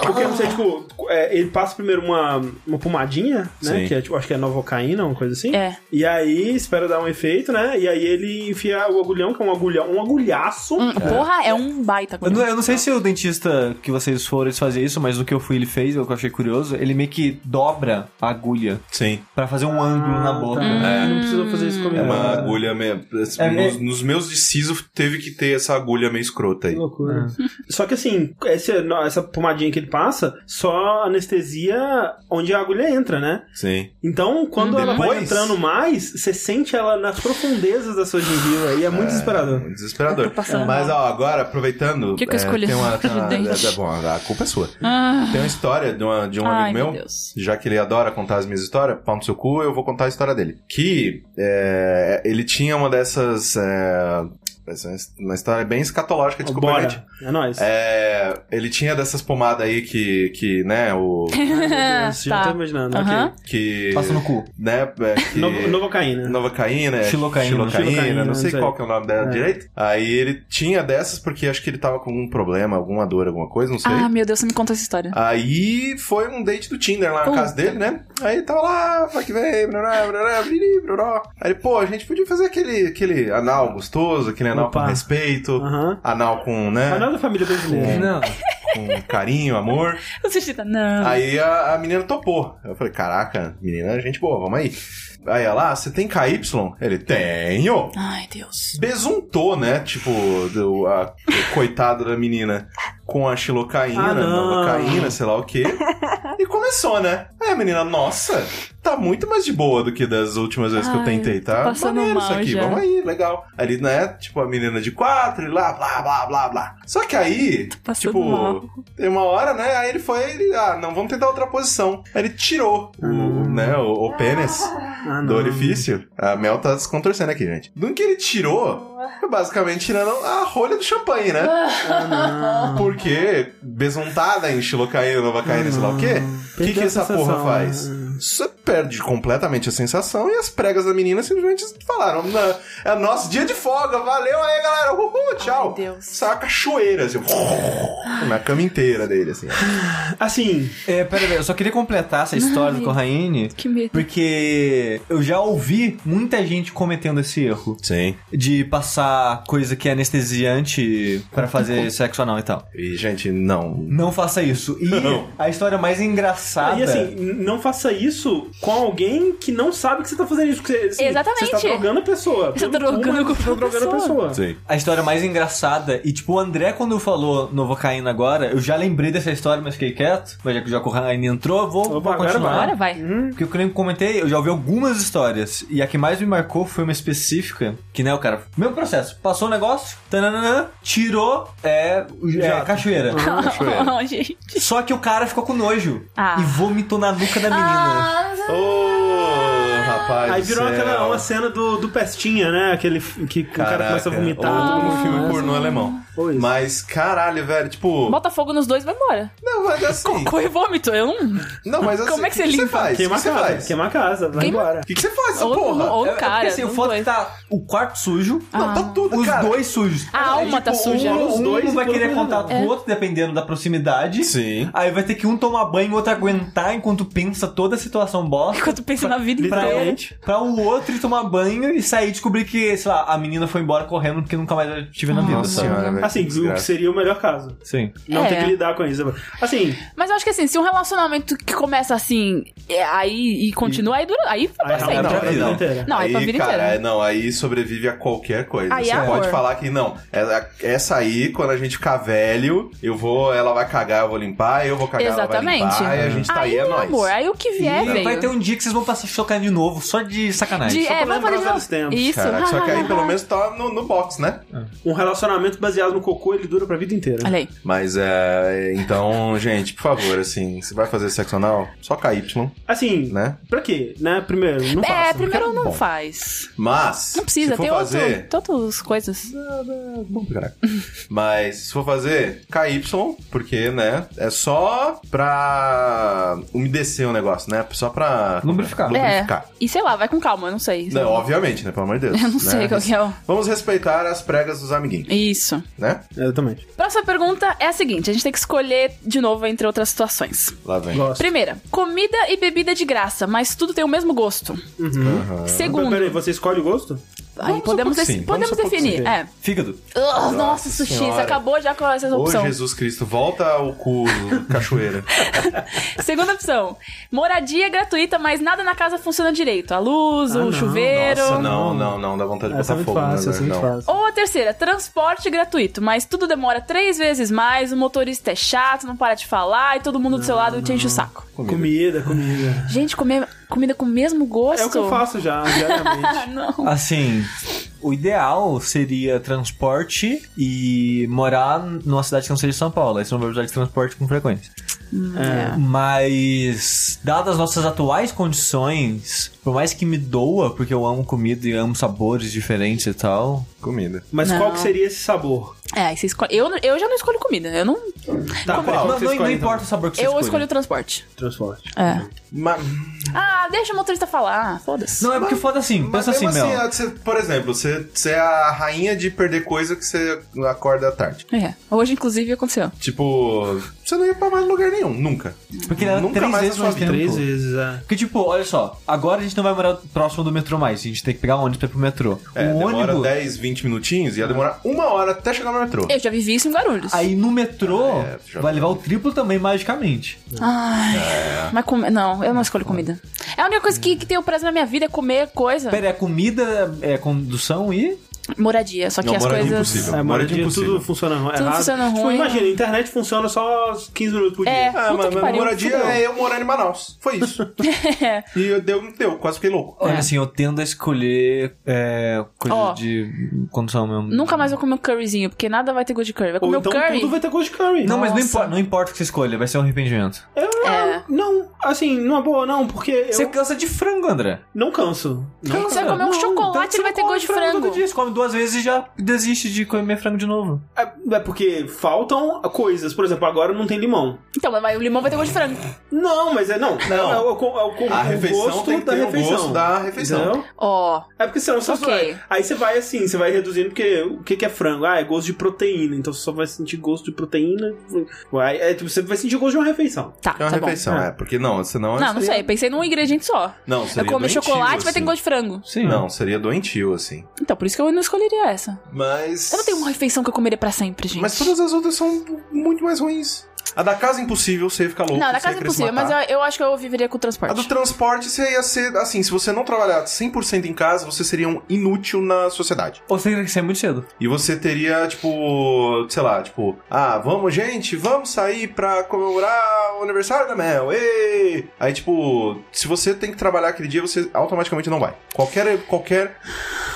Speaker 2: Porque você, tipo, é, ele passa primeiro uma, uma pomadinha, né?
Speaker 4: Sim.
Speaker 2: Que é, tipo, acho que é novocaína, uma coisa assim.
Speaker 1: É.
Speaker 2: E aí, espera dar um efeito, né? E aí ele enfia o agulhão, que é um agulhão, um agulhaço.
Speaker 1: Hum, Porra, é um baita.
Speaker 3: Eu não, eu não sei se o dentista que vocês foram, eles faziam isso, mas no que eu fui, ele fez, o que eu achei curioso, ele meio que dobra a agulha
Speaker 4: Sim.
Speaker 3: pra fazer um ângulo na
Speaker 2: Ah,
Speaker 3: boca.
Speaker 2: tá.
Speaker 4: É.
Speaker 2: Não precisa fazer isso comigo.
Speaker 4: É uma
Speaker 2: Ah,
Speaker 4: agulha meio. Nos,
Speaker 3: É, é-
Speaker 4: nos meus de siso teve que ter essa agulha meio escrota
Speaker 2: Que
Speaker 4: aí.
Speaker 2: loucura. Só que assim, esse- no- essa pomadinha que ele passa, só anestesia onde a agulha entra, né?
Speaker 4: Sim.
Speaker 2: Então, quando ela vai
Speaker 4: Depois?
Speaker 2: entrando mais, você sente ela nas profundezas da sua gengiva e é muito desesperador.
Speaker 4: Muito desesperador.
Speaker 1: passando
Speaker 4: Mas, ó, agora, aproveitando. é,
Speaker 1: Que que eu escolhi?
Speaker 4: Tem uma, tem uma-
Speaker 1: De dente.
Speaker 4: é, bom, a culpa é sua.
Speaker 1: Ah,
Speaker 4: Tem uma história de, uma- de um
Speaker 1: ai,
Speaker 4: amigo meu.
Speaker 1: meu Deus.
Speaker 4: já que ele adora contar as minhas histórias, pau no seu cu, eu vou contar a história dele. Que é, ele tinha uma dessas. É, uma história bem escatológica, desculpa, gente.
Speaker 2: Bora. É nóis.
Speaker 4: É, ele tinha dessas pomadas aí que, que né, o.
Speaker 2: Já tô
Speaker 1: tá.
Speaker 2: imaginando.
Speaker 1: Aham.
Speaker 2: Ok.
Speaker 4: Que.
Speaker 3: Passa no cu.
Speaker 4: Né? é, que-
Speaker 2: Novo- Novocaína.
Speaker 4: Novocaína, é,
Speaker 3: Xilocaína.
Speaker 4: xilocaína,
Speaker 2: Xilocaína,
Speaker 4: não sei
Speaker 2: não sei.
Speaker 4: qual que é o nome dela
Speaker 2: É.
Speaker 4: direito. Aí ele tinha dessas porque acho que ele tava com algum problema, alguma dor, alguma coisa, não sei.
Speaker 1: Ah, meu Deus, você me conta essa história.
Speaker 4: Aí foi um date do Tinder lá na
Speaker 1: Puta.
Speaker 4: casa dele, né? Aí tava lá, vai que vem, brará, brará, briri, broró. Aí, ele, pô, a gente podia fazer aquele, aquele anal gostoso, aquele anal
Speaker 2: Opa.
Speaker 4: com respeito,
Speaker 2: Aham.
Speaker 4: anal com,
Speaker 2: Mas não
Speaker 4: né?
Speaker 2: é da família brasileira.
Speaker 3: Não.
Speaker 4: Com carinho, amor.
Speaker 1: Você cita,
Speaker 2: Ah.
Speaker 1: não.
Speaker 4: Aí a, a menina topou. Eu falei, caraca, menina, gente boa, vamos aí. Aí ela, "Ah, você tem KY? Ele, tenho.
Speaker 1: Ai, Deus.
Speaker 4: Besuntou, né? Tipo, do- a coitada da menina com a xilocaína,
Speaker 2: Ah, não.
Speaker 4: novocaína, sei lá o quê. E começou, né? Aí a menina, nossa, tá muito mais de boa do que das últimas vezes que eu
Speaker 1: Ai,
Speaker 4: tentei,
Speaker 1: tô
Speaker 4: tá?
Speaker 1: passando
Speaker 4: isso
Speaker 1: mal
Speaker 4: aqui,
Speaker 1: já.
Speaker 4: vamos aí, legal. Ali, né? Tipo, a menina de quatro, e lá, blá, blá, blá, blá. Só que aí,
Speaker 1: passando
Speaker 4: tipo,
Speaker 1: mal.
Speaker 4: tem uma hora, né? Aí ele foi, ele, ah, não, vamos tentar outra posição. Aí ele tirou
Speaker 1: Ah.
Speaker 4: o, né, o, o pênis
Speaker 2: Ah,
Speaker 4: do
Speaker 2: não.
Speaker 4: orifício. A Mel tá se contorcendo aqui, gente. Do que ele tirou, é basicamente tirando a rolha do champanhe, né?
Speaker 2: Ah, não.
Speaker 4: Porque besuntada em xilocaína, novacaína, sei lá o quê. O que, que
Speaker 2: Ah, Perdeu a
Speaker 4: essa porra
Speaker 2: sensação. né?
Speaker 4: faz? Só perde completamente a sensação e as pregas da menina simplesmente falaram: "Não, é nosso dia de folga, valeu aí, galera, uhul, tchau.
Speaker 1: Ai, Deus.
Speaker 4: Saiu a cachoeira, assim, na cama inteira dele, assim.
Speaker 2: Assim,
Speaker 3: É, pera, aí, eu só queria completar essa história do Corraine.
Speaker 1: que medo.
Speaker 3: Porque eu já ouvi muita gente cometendo esse erro
Speaker 4: Sim.
Speaker 3: de passar coisa que é anestesiante pra fazer sexo anal e tal.
Speaker 4: E, gente, não.
Speaker 3: Não faça isso. E
Speaker 4: Não.
Speaker 3: a história mais engraçada.
Speaker 2: e assim, não faça isso com alguém que não sabe que você tá fazendo isso. Porque, assim,
Speaker 1: Exatamente.
Speaker 2: Você tá drogando a pessoa.
Speaker 1: Você tá
Speaker 2: Pelo cu,
Speaker 1: drogando
Speaker 2: mas
Speaker 1: com
Speaker 2: você
Speaker 1: a
Speaker 2: tá drogando a pessoa.
Speaker 4: Sim.
Speaker 3: A história mais engraçada, e tipo, o André, quando falou Novocaína agora, eu já lembrei dessa história, mas fiquei quieto. Mas já que o Corraine entrou, eu vou,
Speaker 2: Opa,
Speaker 3: vou continuar.
Speaker 2: agora vai.
Speaker 1: Agora vai.
Speaker 3: Porque eu que nem comentei, eu já ouvi algumas histórias. E a que mais me marcou foi uma específica, que né, o cara. Mesmo processo. Passou o negócio, tananana, tirou é, é,
Speaker 2: Jato.
Speaker 3: cachoeira.
Speaker 4: é.
Speaker 1: Não, gente.
Speaker 3: Só que o cara ficou com nojo
Speaker 1: Ah.
Speaker 3: e vomitou na nuca da menina.
Speaker 1: Ah,
Speaker 4: Ô, rapaz.
Speaker 2: Aí
Speaker 4: do
Speaker 2: virou
Speaker 1: é.
Speaker 4: céu.
Speaker 2: aquela uma cena do, do Pestinha, né? Aquele f- que o cara começa a vomitar.
Speaker 4: Ou
Speaker 2: todo
Speaker 4: no
Speaker 2: mundo
Speaker 4: filme pornô alemão.
Speaker 2: Pois.
Speaker 4: Mas, caralho, velho, tipo.
Speaker 1: Bota fogo nos dois e vai embora.
Speaker 4: Não, mas assim.
Speaker 1: Cocô e vômito. é um. Eu não.
Speaker 4: Não, mas assim.
Speaker 1: Como é que você
Speaker 4: o
Speaker 1: limpa?
Speaker 4: faz? O que
Speaker 2: Queima a
Speaker 4: você
Speaker 2: casa,
Speaker 4: faz?
Speaker 2: queima a casa, vai
Speaker 1: Queima-
Speaker 2: embora.
Speaker 4: O que, que você faz,
Speaker 1: Ou,
Speaker 4: porra?
Speaker 1: ou
Speaker 3: É,
Speaker 1: o
Speaker 3: é
Speaker 1: cara.
Speaker 3: Porque, assim, o
Speaker 1: não
Speaker 3: foto
Speaker 1: foi. Ah.
Speaker 3: que tá o quarto sujo.
Speaker 4: Não, tá tudo,
Speaker 3: Os
Speaker 4: cara.
Speaker 3: dois sujos.
Speaker 1: A alma tá suja.
Speaker 3: Um,
Speaker 2: Os
Speaker 3: um
Speaker 2: dois
Speaker 3: não vai
Speaker 2: e todo mundo
Speaker 3: querer contato
Speaker 1: É.
Speaker 3: com o outro, dependendo da proximidade.
Speaker 4: Sim.
Speaker 3: Aí vai ter que um tomar banho e o outro aguentar enquanto pensa toda a situação bosta.
Speaker 1: Enquanto pensa na vida
Speaker 3: pra,
Speaker 1: inteira.
Speaker 2: Literalmente.
Speaker 3: pra o outro ir tomar banho e sair e descobrir que, sei lá, a menina foi embora correndo porque nunca mais eu tive na vida,
Speaker 4: Nossa
Speaker 3: sabe?
Speaker 4: senhora, velho.
Speaker 2: Assim,
Speaker 4: que
Speaker 2: o que
Speaker 4: desgraça.
Speaker 2: seria o melhor caso.
Speaker 3: Sim.
Speaker 2: Não
Speaker 1: É.
Speaker 2: tem que lidar com isso. Assim,
Speaker 1: Mas eu acho que assim, se um relacionamento que começa assim, é, aí e continua, aí dura. Aí foi
Speaker 2: aí
Speaker 1: pra
Speaker 2: realmente
Speaker 1: sempre.
Speaker 2: é a
Speaker 4: Não,
Speaker 2: vida
Speaker 4: não.
Speaker 2: inteira.
Speaker 1: Não, aí pra
Speaker 4: aí,
Speaker 1: vida
Speaker 4: cara,
Speaker 1: inteira.
Speaker 4: é- não, aí sobrevive a qualquer coisa.
Speaker 1: Aí
Speaker 4: Você
Speaker 1: é amor.
Speaker 4: pode falar que não. é- Essa aí, quando a gente ficar velho, eu vou, ela vai cagar, eu vou limpar, eu vou cagar, ela vai
Speaker 1: Exatamente.
Speaker 4: limpar, e a gente tá aí, é
Speaker 1: meu
Speaker 4: nóis.
Speaker 1: amor, aí o que vier,
Speaker 3: e
Speaker 1: veio.
Speaker 3: vai ter um dia que vocês vão passar a chocar de novo, só de sacanagem.
Speaker 1: De,
Speaker 2: pra
Speaker 1: é, vai
Speaker 2: lembrar
Speaker 1: poder
Speaker 2: os
Speaker 1: ver
Speaker 2: velhos tempos,
Speaker 1: Isso.
Speaker 4: Caraca, só que aí pelo menos tá no, no box, né?
Speaker 2: Um relacionamento baseado no cocô, ele dura pra vida inteira.
Speaker 1: Olha aí.
Speaker 4: Mas é. Então, gente, por favor, assim, você vai fazer sexo anal? Só KY,
Speaker 2: Assim,
Speaker 4: né?
Speaker 2: pra quê? Né? Primeiro, não
Speaker 1: É,
Speaker 2: faça.
Speaker 1: primeiro não
Speaker 4: Bom.
Speaker 1: faz.
Speaker 4: Mas.
Speaker 1: Não precisa,
Speaker 4: se for
Speaker 1: tem
Speaker 4: fazer,
Speaker 1: outro. Tantas coisas.
Speaker 4: É bom pra caralho. Mas se for fazer, KY, porque, né? É só pra umedecer o negócio, né? Só pra. é?
Speaker 3: Lubrificar.
Speaker 4: Lubrificar.
Speaker 1: É, E sei lá, vai com calma, eu não sei.
Speaker 4: Não, obviamente, né? Pelo amor de Deus.
Speaker 1: É. Eu não sei
Speaker 4: né?
Speaker 1: qual que é o-
Speaker 4: Vamos respeitar as pregas dos amiguinhos,
Speaker 1: Isso.
Speaker 4: né?
Speaker 2: Exatamente.
Speaker 1: Próxima pergunta é a seguinte: a gente tem que escolher de novo entre outras situações.
Speaker 4: Lá vem.
Speaker 2: Gosto.
Speaker 1: Primeira, comida e bebida de graça, mas tudo tem o mesmo gosto.
Speaker 4: Uhum.
Speaker 1: Segundo,
Speaker 2: Peraí, você escolhe o gosto?
Speaker 1: aí
Speaker 4: Vamos
Speaker 1: podemos,
Speaker 4: supor que
Speaker 1: dec-
Speaker 4: sim, vamos
Speaker 1: podemos
Speaker 4: supor que
Speaker 1: definir.
Speaker 4: sim.
Speaker 1: É.
Speaker 3: Fígado.
Speaker 1: Ugh, nossa,
Speaker 4: Nossa
Speaker 1: sushi, você
Speaker 4: senhora.
Speaker 1: acabou já com essa
Speaker 4: Ô
Speaker 1: opção.
Speaker 4: Jesus Cristo, volta o cu cachoeira.
Speaker 1: Segunda opção, moradia gratuita, mas nada na casa funciona direito. A luz,
Speaker 2: Ah,
Speaker 1: o
Speaker 2: não.
Speaker 1: chuveiro.
Speaker 4: Nossa, não, não, não, dá vontade de
Speaker 2: Essa é
Speaker 4: botar
Speaker 2: muito
Speaker 4: fogo, né,
Speaker 2: fácil, essa é
Speaker 4: velho?
Speaker 2: muito
Speaker 4: não.
Speaker 2: fácil.
Speaker 1: Ou a terceira, transporte gratuito, mas tudo demora três vezes mais, o motorista é chato, não para de falar e todo mundo do seu lado te enche o saco.
Speaker 2: Comida, comida.
Speaker 1: Gente, comer comida com o mesmo gosto.
Speaker 2: É o que eu faço já, diariamente.
Speaker 1: Ah, não.
Speaker 3: Assim, o ideal seria transporte e morar numa cidade que não seja São Paulo. Aí você não vai precisar de transporte com frequência.
Speaker 2: É.
Speaker 3: Mas, dadas as nossas atuais condições, por mais que me doa, porque eu amo comida e amo sabores diferentes e tal,
Speaker 4: Comida.
Speaker 2: Mas
Speaker 1: Não.
Speaker 2: qual que seria esse sabor?
Speaker 1: É, aí você escolhe. Eu, eu já não escolho comida, eu não.
Speaker 2: Tá, qual
Speaker 3: Não,
Speaker 4: Como-
Speaker 2: que você
Speaker 3: não, não
Speaker 2: escolhe, então?
Speaker 3: importa o sabor que você
Speaker 1: eu
Speaker 3: escolhe.
Speaker 1: escolho o transporte.
Speaker 2: Transporte.
Speaker 1: É.
Speaker 4: Mas,
Speaker 1: Ah, deixa o motorista falar, foda-se.
Speaker 3: Não, é porque foda assim.
Speaker 4: mas
Speaker 3: Pensa assim,
Speaker 4: mesmo assim,
Speaker 3: Mel.
Speaker 4: ah, você- por exemplo, você, você é a rainha de perder coisa que você acorda à tarde.
Speaker 1: É. Hoje, inclusive, aconteceu.
Speaker 4: Tipo, você não ia pra mais lugar nenhum, nunca.
Speaker 3: Porque era
Speaker 4: Nunca
Speaker 3: três
Speaker 4: mais
Speaker 3: vezes
Speaker 4: na sua
Speaker 3: mais
Speaker 4: vida.
Speaker 2: Três
Speaker 3: tempo.
Speaker 2: vezes, é.
Speaker 3: Porque, tipo, olha só. Agora a gente não vai morar próximo do metrô mais. A gente tem que pegar um ônibus pra ir pro metrô.
Speaker 4: É,
Speaker 3: o
Speaker 4: demora
Speaker 3: Um ônibus...
Speaker 4: 10, 20 minutinhos, ia demorar uma hora até chegar no metrô.
Speaker 1: Eu já vivi isso em Guarulhos.
Speaker 3: Aí no metrô
Speaker 4: Ah, é, já
Speaker 3: vai
Speaker 4: vi.
Speaker 3: levar o triplo também, magicamente.
Speaker 1: Ai.
Speaker 4: É.
Speaker 1: Mas comer. Não, eu não escolho comida. É a única coisa que, que tem o prazer na minha vida é comer coisa.
Speaker 3: Pera, é comida, é condução e.
Speaker 1: Moradia. Só que
Speaker 4: Não,
Speaker 1: as
Speaker 4: moradia
Speaker 1: coisas.
Speaker 4: impossível.
Speaker 2: É,
Speaker 4: Moradia
Speaker 2: moradia
Speaker 4: impossível.
Speaker 2: tudo funciona errado.
Speaker 1: funciona
Speaker 2: tipo,
Speaker 1: ruim.
Speaker 2: imagina, a internet funciona só 15 minutos por dia.
Speaker 1: É.
Speaker 4: Ah,
Speaker 1: Puta
Speaker 4: mas
Speaker 1: que
Speaker 4: mas
Speaker 1: pariu,
Speaker 4: moradia
Speaker 1: fudeu.
Speaker 4: é eu morando em Manaus. Foi isso. e eu deu, deu, quase fiquei louco.
Speaker 3: Olha,
Speaker 1: É.
Speaker 3: assim, eu tendo a escolher é, coisa
Speaker 1: Ó.
Speaker 3: de condução mesmo.
Speaker 1: Nunca mais vou comer um curryzinho, porque nada vai ter gosto de curry. Vai
Speaker 2: Ou
Speaker 1: comer
Speaker 2: então
Speaker 1: o curry.
Speaker 2: tudo vai ter gosto de curry.
Speaker 3: Não, mas não
Speaker 1: Nossa.
Speaker 3: importa, não importa o que você escolha, vai ser um arrependimento.
Speaker 2: Eu não,
Speaker 1: É.
Speaker 2: não, assim, numa boa, não, porque eu
Speaker 3: Você cansa de frango, André.
Speaker 2: não canso. Não
Speaker 1: Você vai comer um chocolate, ele vai ter gosto de frango.
Speaker 3: Todo dia, você come duas vezes e já desiste de comer frango de novo.
Speaker 2: É, é porque faltam coisas. Por exemplo, agora não tem limão.
Speaker 1: Então, mas vai- o limão vai ter gosto de frango.
Speaker 2: Não, mas é não.
Speaker 4: Não.
Speaker 2: É, o- é o, é o- o
Speaker 4: A refeição
Speaker 2: gosto
Speaker 4: tem que
Speaker 2: da
Speaker 4: ter o
Speaker 2: refeição.
Speaker 4: gosto da refeição.
Speaker 2: Entendeu?
Speaker 1: Ó,
Speaker 2: É porque senão você
Speaker 1: Ok.
Speaker 2: só. Aí você vai assim, você vai reduzindo, porque o que, que é frango? Ah, é gosto de proteína. Então você só vai sentir gosto de proteína. Vai, é, tipo, você vai sentir gosto de uma refeição.
Speaker 1: tá,
Speaker 4: É uma
Speaker 1: tá bom.
Speaker 4: refeição, é. Porque não, senão...
Speaker 1: Não, não
Speaker 4: seria-
Speaker 1: sei, pensei num ingrediente só.
Speaker 4: Não,
Speaker 1: Eu
Speaker 4: seria
Speaker 1: comer
Speaker 4: doentio,
Speaker 1: chocolate, vai ter
Speaker 4: assim.
Speaker 1: gosto de frango.
Speaker 3: Sim.
Speaker 4: Não, seria doentio, assim.
Speaker 1: Então, por isso que eu não escolheria essa.
Speaker 4: Mas...
Speaker 1: Eu não tenho uma refeição que eu comeria pra sempre, gente.
Speaker 4: Mas todas as outras são muito mais ruins. A da casa impossível, você ia ficar louco.
Speaker 1: Não, da
Speaker 4: você ia
Speaker 1: casa é
Speaker 4: querer se
Speaker 1: impossível, mas
Speaker 4: matar.
Speaker 1: eu, eu acho que eu viveria com o
Speaker 4: A
Speaker 1: transporte.
Speaker 4: do transporte, você ia ser... Assim, se você não trabalhar 100% em casa, você seria um inútil na sociedade.
Speaker 3: Ou você tem que sair muito cedo.
Speaker 4: E você teria, tipo, sei lá, tipo, ah, vamos, gente, vamos sair pra comemorar o aniversário da Mel, ei! Aí, tipo, se você tem que trabalhar aquele dia, você automaticamente não vai. Qualquer, qualquer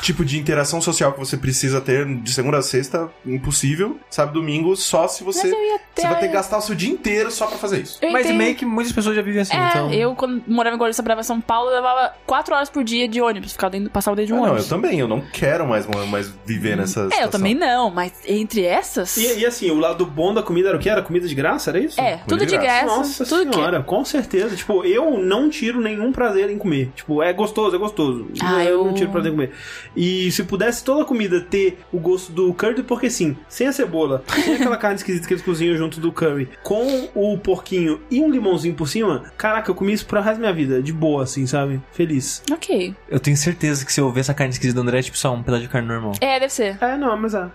Speaker 4: tipo de interação social que você precisa ter de segunda a sexta, impossível, sabe, domingo, só se
Speaker 1: Mas é
Speaker 4: você.
Speaker 1: eu ia ter.
Speaker 4: Você vai ter que gastar o seu dia inteiro só pra fazer isso.
Speaker 1: eu
Speaker 3: Mas
Speaker 1: entendo.
Speaker 3: meio que muitas pessoas já vivem assim,
Speaker 1: É,
Speaker 3: então...
Speaker 1: eu quando morava em Guarulhos pra São Paulo, eu levava 4 horas por dia de ônibus, ficava dentro, passava dentro de
Speaker 4: Ah,
Speaker 1: um
Speaker 4: não, eu
Speaker 1: ônibus.
Speaker 4: também, eu não quero mais, mais viver nessa
Speaker 1: é,
Speaker 4: situação. é
Speaker 1: eu também não, mas entre essas.
Speaker 2: E, e assim, o lado bom da comida era o que? Era comida de graça? Era isso?
Speaker 1: é, tudo de
Speaker 4: de graça.
Speaker 1: graça.
Speaker 2: Nossa
Speaker 1: tudo que.
Speaker 2: senhora, com certeza. Tipo, eu não tiro nenhum prazer em comer. Tipo, é gostoso, é gostoso.
Speaker 1: Ah,
Speaker 2: eu
Speaker 1: eu-
Speaker 2: não tiro prazer em comer. E se pudesse toda a comida ter o gosto do curry, porque sim, sem a cebola, sem aquela carne esquisita que eles cozinham junto do curry, com o porquinho e um limãozinho por cima, caraca, eu comi isso pro resto da minha vida. De boa, assim, sabe? Feliz.
Speaker 1: Ok.
Speaker 3: Eu tenho certeza que se eu ver essa carne esquisita do André, é tipo só um pedaço de carne normal.
Speaker 1: É, deve ser.
Speaker 2: É, não, mas é.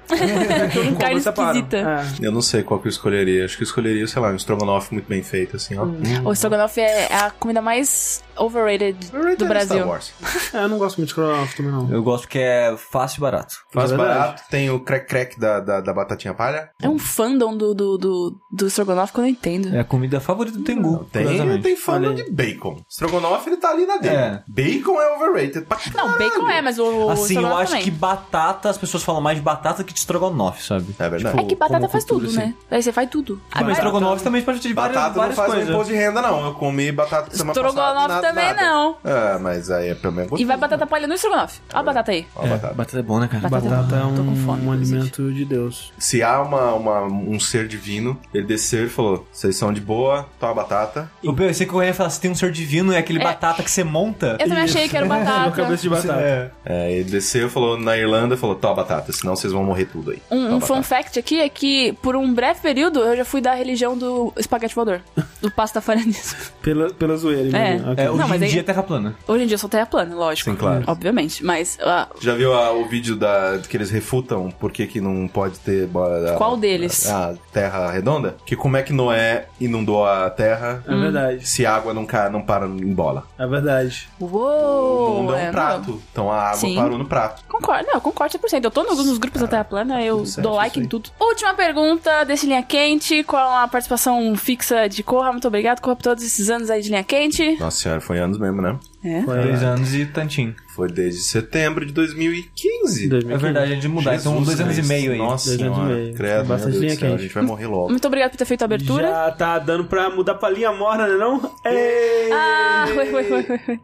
Speaker 2: é que eu não
Speaker 1: Carne
Speaker 2: como, eu separo.
Speaker 1: esquisita.
Speaker 2: É.
Speaker 4: Eu não sei qual que eu escolheria. Acho que eu escolheria, sei lá, um estrogonofe muito bem feito, assim, ó.
Speaker 1: O estrogonofe é a comida mais overrated do Brasil.
Speaker 4: Star Wars.
Speaker 2: É, eu não gosto muito de estrogonofe também, não.
Speaker 3: Eu gosto que é fácil e barato.
Speaker 4: Faz
Speaker 2: É verdade.
Speaker 4: barato, tem o crack-crack da, da, da batatinha palha.
Speaker 1: É um fandom do, do, do, do estrogonofe que eu não entendo.
Speaker 3: É a comida favorita do Tengu.
Speaker 4: Tem,
Speaker 3: curiosamente.
Speaker 4: tem fandom
Speaker 2: Olha
Speaker 4: de bacon. Strogonoff, ele tá ali na dele.
Speaker 3: É.
Speaker 4: Bacon é overrated. Pra
Speaker 1: Não, bacon é, mas o. o
Speaker 3: Assim, eu
Speaker 1: estrogonofe
Speaker 3: acho
Speaker 1: também.
Speaker 3: que batata, as pessoas falam mais de batata que de estrogonofe, sabe? Tipo,
Speaker 4: É verdade.
Speaker 1: É que batata
Speaker 3: como
Speaker 1: faz tudo,
Speaker 3: cultura,
Speaker 1: né? Aí você faz tudo.
Speaker 3: Ah, mas
Speaker 1: Agora-
Speaker 3: estrogonofe também pode ter de várias,
Speaker 4: Batata não
Speaker 3: várias
Speaker 4: faz nem
Speaker 3: coisas.
Speaker 4: imposto de renda, não. Eu comi batata semana passada.
Speaker 1: Estrogonofe
Speaker 4: nada-
Speaker 1: também
Speaker 4: nada.
Speaker 1: não.
Speaker 4: É, mas aí é pelo menos
Speaker 1: E
Speaker 4: gostoso,
Speaker 1: vai
Speaker 4: né?
Speaker 1: batata palha no estrogonofe. Olha a batata aí.
Speaker 4: Ó,
Speaker 3: É,
Speaker 4: batata.
Speaker 3: batata é bom, né, cara?
Speaker 1: Batata-
Speaker 2: Batata é
Speaker 1: Tô com
Speaker 2: um,
Speaker 1: fome,
Speaker 2: um
Speaker 1: inclusive.
Speaker 2: alimento de Deus.
Speaker 4: Se há uma, uma- um ser divino, ele desceu e falou: vocês são de boa, toma batata.
Speaker 3: Eu pensei que eu ia falar, se tem um ser divino, é aquele
Speaker 1: É.
Speaker 3: batata que você monta.
Speaker 1: Eu também achei que era batata.
Speaker 2: Cabeça de batata.
Speaker 3: É.
Speaker 4: É, ele desceu e falou na Irlanda, falou: toma batata, senão vocês vão morrer tudo aí.
Speaker 1: Um, um
Speaker 4: Toma
Speaker 1: fun
Speaker 4: batata.
Speaker 1: fact aqui é que, por um breve período, eu já fui da religião do espaguete voador. Do pastafarianismo.
Speaker 2: Pela, pela zoeira, imagina. Ok.
Speaker 3: É, hoje
Speaker 1: Não, mas
Speaker 3: em
Speaker 1: aí-
Speaker 3: dia é terra plana.
Speaker 1: Hoje em dia eu sou terra plana, lógico.
Speaker 4: Sim, claro.
Speaker 1: Obviamente. Mas ah,
Speaker 4: Já viu ah, o vídeo da, que eles refutam por que, que não pode ter bora,
Speaker 1: qual
Speaker 4: a,
Speaker 1: deles?
Speaker 4: a terra redonda? Que como é que Noé inundou a terra
Speaker 1: Hum.
Speaker 2: É verdade,
Speaker 4: se a água não, ca, não para em bola?
Speaker 2: é verdade.
Speaker 4: o
Speaker 1: Uou!
Speaker 4: mundo é um
Speaker 1: não.
Speaker 4: prato, então a água
Speaker 1: Sim.
Speaker 4: parou no prato.
Speaker 1: Concordo, não, eu concordo 100%. Eu tô nos, nos grupos da Terra Plana, eu
Speaker 2: tudo certo,
Speaker 1: dou like
Speaker 2: isso aí.
Speaker 1: em tudo. Última pergunta desse Linha Quente, com a participação fixa de Corra. Muito obrigado, Corra, por todos esses anos aí de Linha Quente.
Speaker 4: Nossa senhora, foi anos mesmo, né?
Speaker 1: É.
Speaker 2: Foi
Speaker 3: Dois anos e tantinho.
Speaker 4: Foi desde setembro de 2015.
Speaker 2: em 2015.
Speaker 3: É verdade, a gente mudar. então,
Speaker 4: Jesus
Speaker 3: dois anos e
Speaker 4: Cristo.
Speaker 3: meio aí.
Speaker 4: Nossa
Speaker 2: Dois anos e
Speaker 4: senhora,
Speaker 2: meio.
Speaker 4: credo, meu
Speaker 2: Bastante
Speaker 4: Deus do
Speaker 2: linha
Speaker 4: céu, a
Speaker 2: quente.
Speaker 4: gente vai morrer logo.
Speaker 1: Muito obrigado por ter feito a abertura.
Speaker 2: Já tá dando pra mudar pra linha morna, né não? Ei!
Speaker 1: Ah, foi, foi, foi, foi, foi.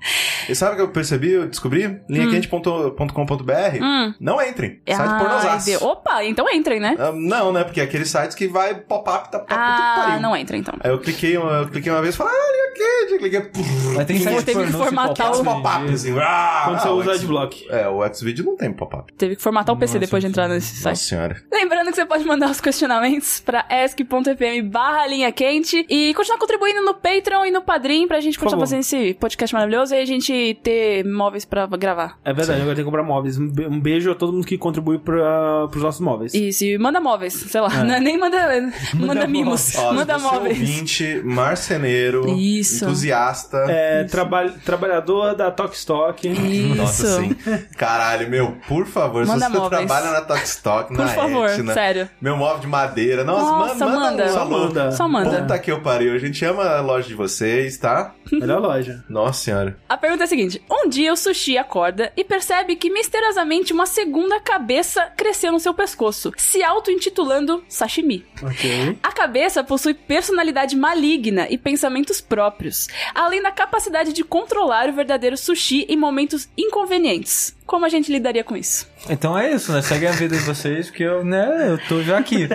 Speaker 4: E sabe o que eu percebi, eu descobri?
Speaker 2: Hum.
Speaker 4: linhaquente.com.br
Speaker 1: Hum.
Speaker 4: Não entrem,
Speaker 2: É,
Speaker 4: site
Speaker 1: Ai,
Speaker 4: pornozás.
Speaker 1: Deus. Opa, então entrem, né?
Speaker 4: Ah, não, né? Porque é aquele site que vai pop-up, tá pra puta que
Speaker 1: Ah,
Speaker 4: pariu.
Speaker 1: não entra então.
Speaker 4: Aí eu cliquei, eu cliquei uma vez e falei, ah, olha aqui, eu cliquei. puf,
Speaker 3: Mas tem
Speaker 4: puf,
Speaker 3: site
Speaker 1: teve que
Speaker 3: pornô que
Speaker 1: formatar
Speaker 3: pop-up
Speaker 1: o-
Speaker 4: pop-up, assim. Ah,
Speaker 2: Quando você
Speaker 4: ah, o
Speaker 2: usa
Speaker 4: X-
Speaker 2: adblock.
Speaker 4: É, o Xvideo não tem pop-up.
Speaker 1: Teve que formatar o PC
Speaker 3: Nossa,
Speaker 1: depois de entrar nesse
Speaker 4: Nossa
Speaker 1: site.
Speaker 4: senhora.
Speaker 1: Lembrando que você pode mandar os questionamentos pra esc.fm barra linha quente e continuar contribuindo no Patreon e no Padrim pra gente continuar
Speaker 2: favor.
Speaker 1: fazendo esse podcast maravilhoso e a gente ter móveis pra gravar.
Speaker 2: É verdade, agora tem que comprar móveis. Um be- um beijo a todo mundo que contribui pra, pros nossos móveis.
Speaker 1: Isso, e manda móveis, sei lá, não é nem manda, manda, mimos,
Speaker 4: Ó, se
Speaker 1: manda
Speaker 4: você é
Speaker 1: móveis.
Speaker 4: Ouvinte, marceneiro,
Speaker 1: Isso.
Speaker 4: entusiasta.
Speaker 2: É, traba- trabalhador da Tokstok.
Speaker 4: Nossa,
Speaker 1: Isso.
Speaker 4: sim. Caralho, meu, por favor,
Speaker 1: Manda
Speaker 4: se você
Speaker 1: móveis.
Speaker 4: trabalha na Tokstok,
Speaker 1: Por
Speaker 4: na
Speaker 1: favor,
Speaker 4: Etna,
Speaker 1: sério.
Speaker 4: meu móvel de madeira, nossa,
Speaker 1: Nossa,
Speaker 4: manda,
Speaker 1: manda.
Speaker 4: um
Speaker 2: Só
Speaker 4: alô.
Speaker 2: manda.
Speaker 1: Só manda.
Speaker 4: Puta que eu pariu, a gente ama a loja de vocês, tá?
Speaker 2: Melhor loja.
Speaker 4: Nossa senhora.
Speaker 1: A pergunta é seguinte: um dia o sushi acorda e percebe que misteriosamente uma segunda cabeça cresceu no seu pescoço, se auto-intitulando sashimi.
Speaker 2: Ok.
Speaker 1: A cabeça possui personalidade maligna e pensamentos próprios, além da capacidade de controlar o verdadeiro sushi em momentos inconvenientes. Como a gente lidaria com isso?
Speaker 3: Então é isso, né? Segue a vida de vocês, porque eu, né, eu tô já aqui.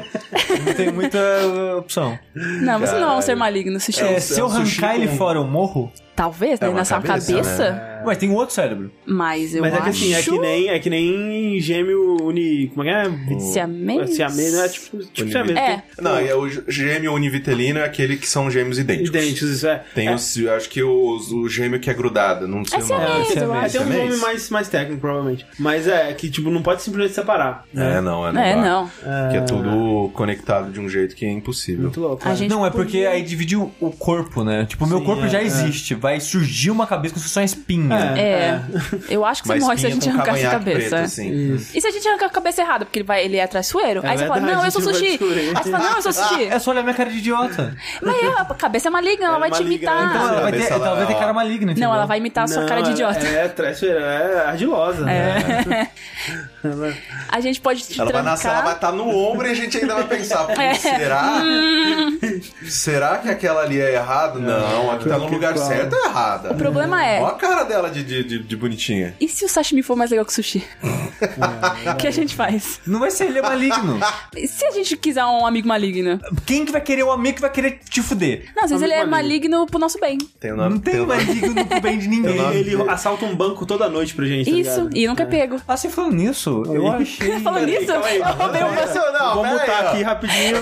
Speaker 3: Não tem muita uh, opção.
Speaker 1: Não, você não é um ser maligno, sushi.
Speaker 3: É, se eu
Speaker 4: um sushi
Speaker 3: arrancar ele
Speaker 4: com-
Speaker 3: fora, eu morro?
Speaker 1: Talvez, né?
Speaker 4: É uma
Speaker 1: na sua cabeça,
Speaker 4: cabeça,
Speaker 3: Mas tem um outro cérebro.
Speaker 1: mas eu
Speaker 2: né? Mas é
Speaker 1: acho.
Speaker 2: que assim, é que nem, é que nem gêmeo uni. Como é que é?
Speaker 1: Siamês?
Speaker 2: Siamês, né? Tipo, tipo
Speaker 4: Uni-
Speaker 2: siamês.
Speaker 1: É.
Speaker 4: Não, e é o gêmeo univitelino é aquele que são gêmeos idênticos.
Speaker 2: Idênticos, isso é.
Speaker 4: Tem os, eu acho que os- o gêmeo que é grudado, não sei
Speaker 1: É
Speaker 4: o nome.
Speaker 1: siamês,
Speaker 3: É,
Speaker 1: eu
Speaker 3: siamês.
Speaker 2: Mas
Speaker 1: acho.
Speaker 2: tem um
Speaker 4: Siamês?
Speaker 2: nome mais, mais técnico, provavelmente. Mas é que, tipo, não pode simplesmente separar. Né?
Speaker 4: É, não, é não.
Speaker 1: É,
Speaker 4: dá.
Speaker 1: não.
Speaker 4: Que é tudo conectado de um jeito que é impossível.
Speaker 2: Muito louco.
Speaker 1: A
Speaker 2: né?
Speaker 1: gente
Speaker 3: Não, é porque aí dividiu o corpo, né? Tipo, o meu
Speaker 2: Sim,
Speaker 3: corpo
Speaker 2: é,
Speaker 3: já
Speaker 2: é.
Speaker 3: existe. Vai surgir uma cabeça como se fosse uma espinha.
Speaker 1: É. Eu acho que você
Speaker 4: Mas
Speaker 1: morre se a
Speaker 2: é
Speaker 4: pinha
Speaker 2: um
Speaker 1: gente
Speaker 4: com
Speaker 1: arrancar essa
Speaker 4: cavanhaque
Speaker 1: cabeça.
Speaker 4: preto,
Speaker 1: é.
Speaker 4: assim.
Speaker 1: E se a gente arrancar a cabeça errada, porque ele, vai, ele é traiçoeiro?
Speaker 2: É
Speaker 1: aí você fala,
Speaker 2: verdade,
Speaker 1: não,
Speaker 2: a
Speaker 1: eu sou
Speaker 2: gente vai
Speaker 1: sushi.
Speaker 2: descobrir.
Speaker 1: Aí você fala, não, eu sou sushi.
Speaker 3: É só olhar minha cara de idiota.
Speaker 1: Mas eu- a cabeça é maligna, ela
Speaker 2: Ela
Speaker 1: vai
Speaker 2: é
Speaker 1: te
Speaker 2: maligna,
Speaker 1: imitar.
Speaker 2: então
Speaker 3: Então ela vai ter,
Speaker 4: cabeça, ela-
Speaker 3: ela vai ter
Speaker 4: ela-
Speaker 3: cara maligna,
Speaker 1: Ah.
Speaker 3: entendeu?
Speaker 1: Não, ela vai imitar a sua
Speaker 2: Não,
Speaker 1: cara de idiota.
Speaker 2: É, trecheira, é ardilosa. É.
Speaker 1: A gente pode te
Speaker 4: Ela vai nascer, ela vai
Speaker 1: trancar. É.
Speaker 4: estar no ombro e a gente ainda vai pensar, pô, será?
Speaker 1: Hum.
Speaker 4: será que aquela ali é errada? Não, aqui tá no
Speaker 2: que
Speaker 4: lugar
Speaker 2: fala.
Speaker 4: certo é errada.
Speaker 1: O problema é,
Speaker 4: Olha a cara dela de, de, de- de bonitinha.
Speaker 1: e se o sashimi for mais legal que o sushi?
Speaker 2: É,
Speaker 1: O que a gente faz?
Speaker 3: Não vai ser ele é maligno.
Speaker 1: E se a gente quiser um amigo maligno?
Speaker 3: Quem que vai querer um amigo que vai querer te fuder?
Speaker 1: Não, às vezes ele
Speaker 2: Amigo
Speaker 1: é
Speaker 2: maligno.
Speaker 1: maligno pro nosso bem.
Speaker 4: Tem o
Speaker 3: Não tem
Speaker 4: o nome-
Speaker 3: maligno pro bem de ninguém.
Speaker 4: nome-
Speaker 2: Ele, ele assalta um banco toda noite pra gente. tá
Speaker 1: Isso,
Speaker 2: ligado?
Speaker 1: e nunca é pego.
Speaker 3: Ah, você falando nisso, eu achei.
Speaker 1: Falando nisso,
Speaker 4: calma aí.
Speaker 1: roubei um-
Speaker 4: Não,
Speaker 2: Vou
Speaker 4: pera aí,
Speaker 2: mutar
Speaker 4: ó.
Speaker 2: aqui rapidinho.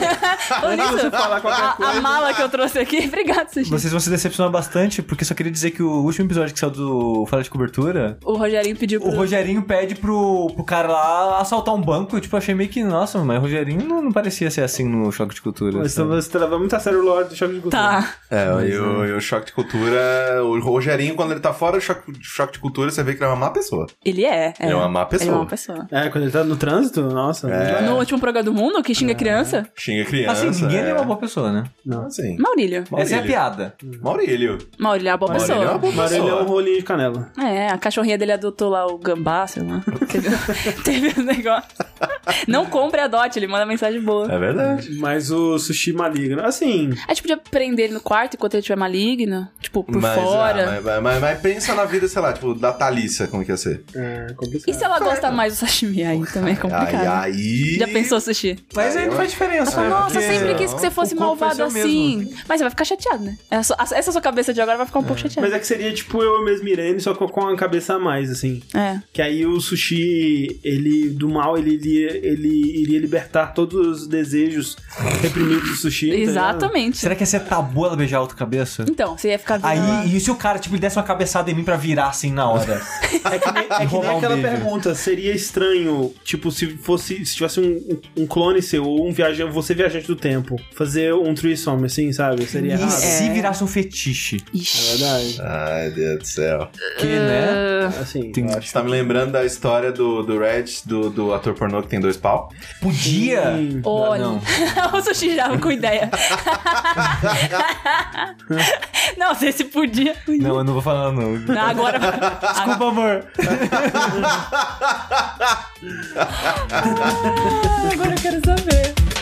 Speaker 1: falando nisso,
Speaker 2: falar qualquer
Speaker 1: a, a
Speaker 2: coisa.
Speaker 1: mala que eu trouxe aqui. Obrigado, sushi.
Speaker 3: Vocês vão se decepcionar bastante, porque só queria dizer que o último episódio que saiu do Fala de Cobertura,
Speaker 1: O Rogerinho pediu
Speaker 3: o
Speaker 1: pro...
Speaker 3: Rogerinho pede pro, pro cara lá assaltar um banco. Eu, tipo, achei meio que, nossa, mas o Rogerinho não, não parecia ser assim no Choque de Cultura.
Speaker 2: Mas
Speaker 3: sabe?
Speaker 2: Você leva muito a sério o lore do choque de cultura.
Speaker 1: Tá.
Speaker 4: É, e o, e o choque de cultura. O Rogerinho, quando ele tá fora do choque, do choque de cultura, você vê que ele é uma má pessoa.
Speaker 1: Ele é.
Speaker 4: Ele é uma má
Speaker 1: Ele é
Speaker 4: pessoa.
Speaker 1: uma pessoa.
Speaker 2: É, quando ele tá no trânsito, nossa.
Speaker 4: É.
Speaker 1: No último programa do mundo, que
Speaker 2: É.
Speaker 1: xinga criança?
Speaker 4: Xinga criança.
Speaker 3: Assim, ninguém
Speaker 4: é,
Speaker 3: é uma boa pessoa, né?
Speaker 2: Não.
Speaker 4: Assim.
Speaker 1: Maurílio.
Speaker 3: Essa é a
Speaker 4: Maurílio.
Speaker 3: piada.
Speaker 4: Maurílio.
Speaker 1: Maurílio é uma boa
Speaker 4: Maurílio é uma
Speaker 1: pessoa.
Speaker 4: boa
Speaker 2: Mas ele é um
Speaker 4: pessoa.
Speaker 2: rolinho de canela.
Speaker 1: É, a cachorrinha dele adotou lá o gambá, sei lá. Teve- Teve um negócio. Não compre a Dot, ele manda mensagem boa.
Speaker 4: É verdade.
Speaker 2: Mas o sushi maligno, assim.
Speaker 1: A gente podia prender ele no quarto enquanto ele estiver maligno. Tipo, por
Speaker 4: mas, ah,
Speaker 1: fora.
Speaker 4: mas, mas- mas pensa na vida, sei lá, tipo, da Thalissa, como que ia ser?
Speaker 2: É complicado.
Speaker 1: E se ela gosta mais do sashimi? Aí também é
Speaker 4: Aí,
Speaker 1: complicado.
Speaker 4: aí.
Speaker 1: Já pensou, assim? Sushi?
Speaker 3: Mas aí não faz
Speaker 1: Ela
Speaker 3: diferença.
Speaker 2: é
Speaker 1: fala,
Speaker 3: né?
Speaker 1: nossa,
Speaker 3: Porque
Speaker 1: sempre quis que você
Speaker 3: o
Speaker 1: fosse
Speaker 3: corpo vai ser
Speaker 1: malvado
Speaker 3: o mesmo.
Speaker 1: assim. Mas você vai ficar chateado, né? Essa, essa sua cabeça de agora vai ficar um pouco chateada.
Speaker 2: Mas é que seria tipo eu mesmo Irene, só que com a cabeça a mais, assim.
Speaker 1: É.
Speaker 2: Que aí o sushi, ele do mal, ele, ele, ele iria libertar todos os desejos reprimidos do sushi. tá ligado?
Speaker 1: Exatamente.
Speaker 3: Será que ia ser tabu ela beijar a outra cabeça?
Speaker 1: Então, você ia ficar vendo ela-
Speaker 3: Aí, e se o cara, tipo, desse uma cabeçada em mim pra virar assim na hora?
Speaker 2: É que nem, é que
Speaker 3: Rolar
Speaker 2: nem
Speaker 3: um
Speaker 2: aquela
Speaker 3: beijo.
Speaker 2: pergunta, seria estranho, tipo, se fosse, se tivesse um, um clone seu ou um viajante, você viajante do tempo, fazer um threesome assim, sabe? Seria
Speaker 3: E
Speaker 1: Ah,
Speaker 2: errado.
Speaker 3: se
Speaker 1: é.
Speaker 3: virasse um fetiche?
Speaker 2: É
Speaker 1: Ixi.
Speaker 2: verdade.
Speaker 4: Ai, Deus do céu.
Speaker 3: Que,
Speaker 1: Ah,
Speaker 3: né?
Speaker 2: Assim,
Speaker 3: Tem-
Speaker 2: eu acho.
Speaker 4: Você tá me lembrando da história do, do Red, do, do ator pornô que tem dois pau?
Speaker 3: Podia.
Speaker 2: Hum.
Speaker 1: Olha,
Speaker 3: Não.
Speaker 1: o sushi já com ideia. não, sei se podia.
Speaker 3: Não, eu não vou falar não.
Speaker 1: Não, agora.
Speaker 3: Desculpa, amor.
Speaker 1: Ah, agora eu quero saber.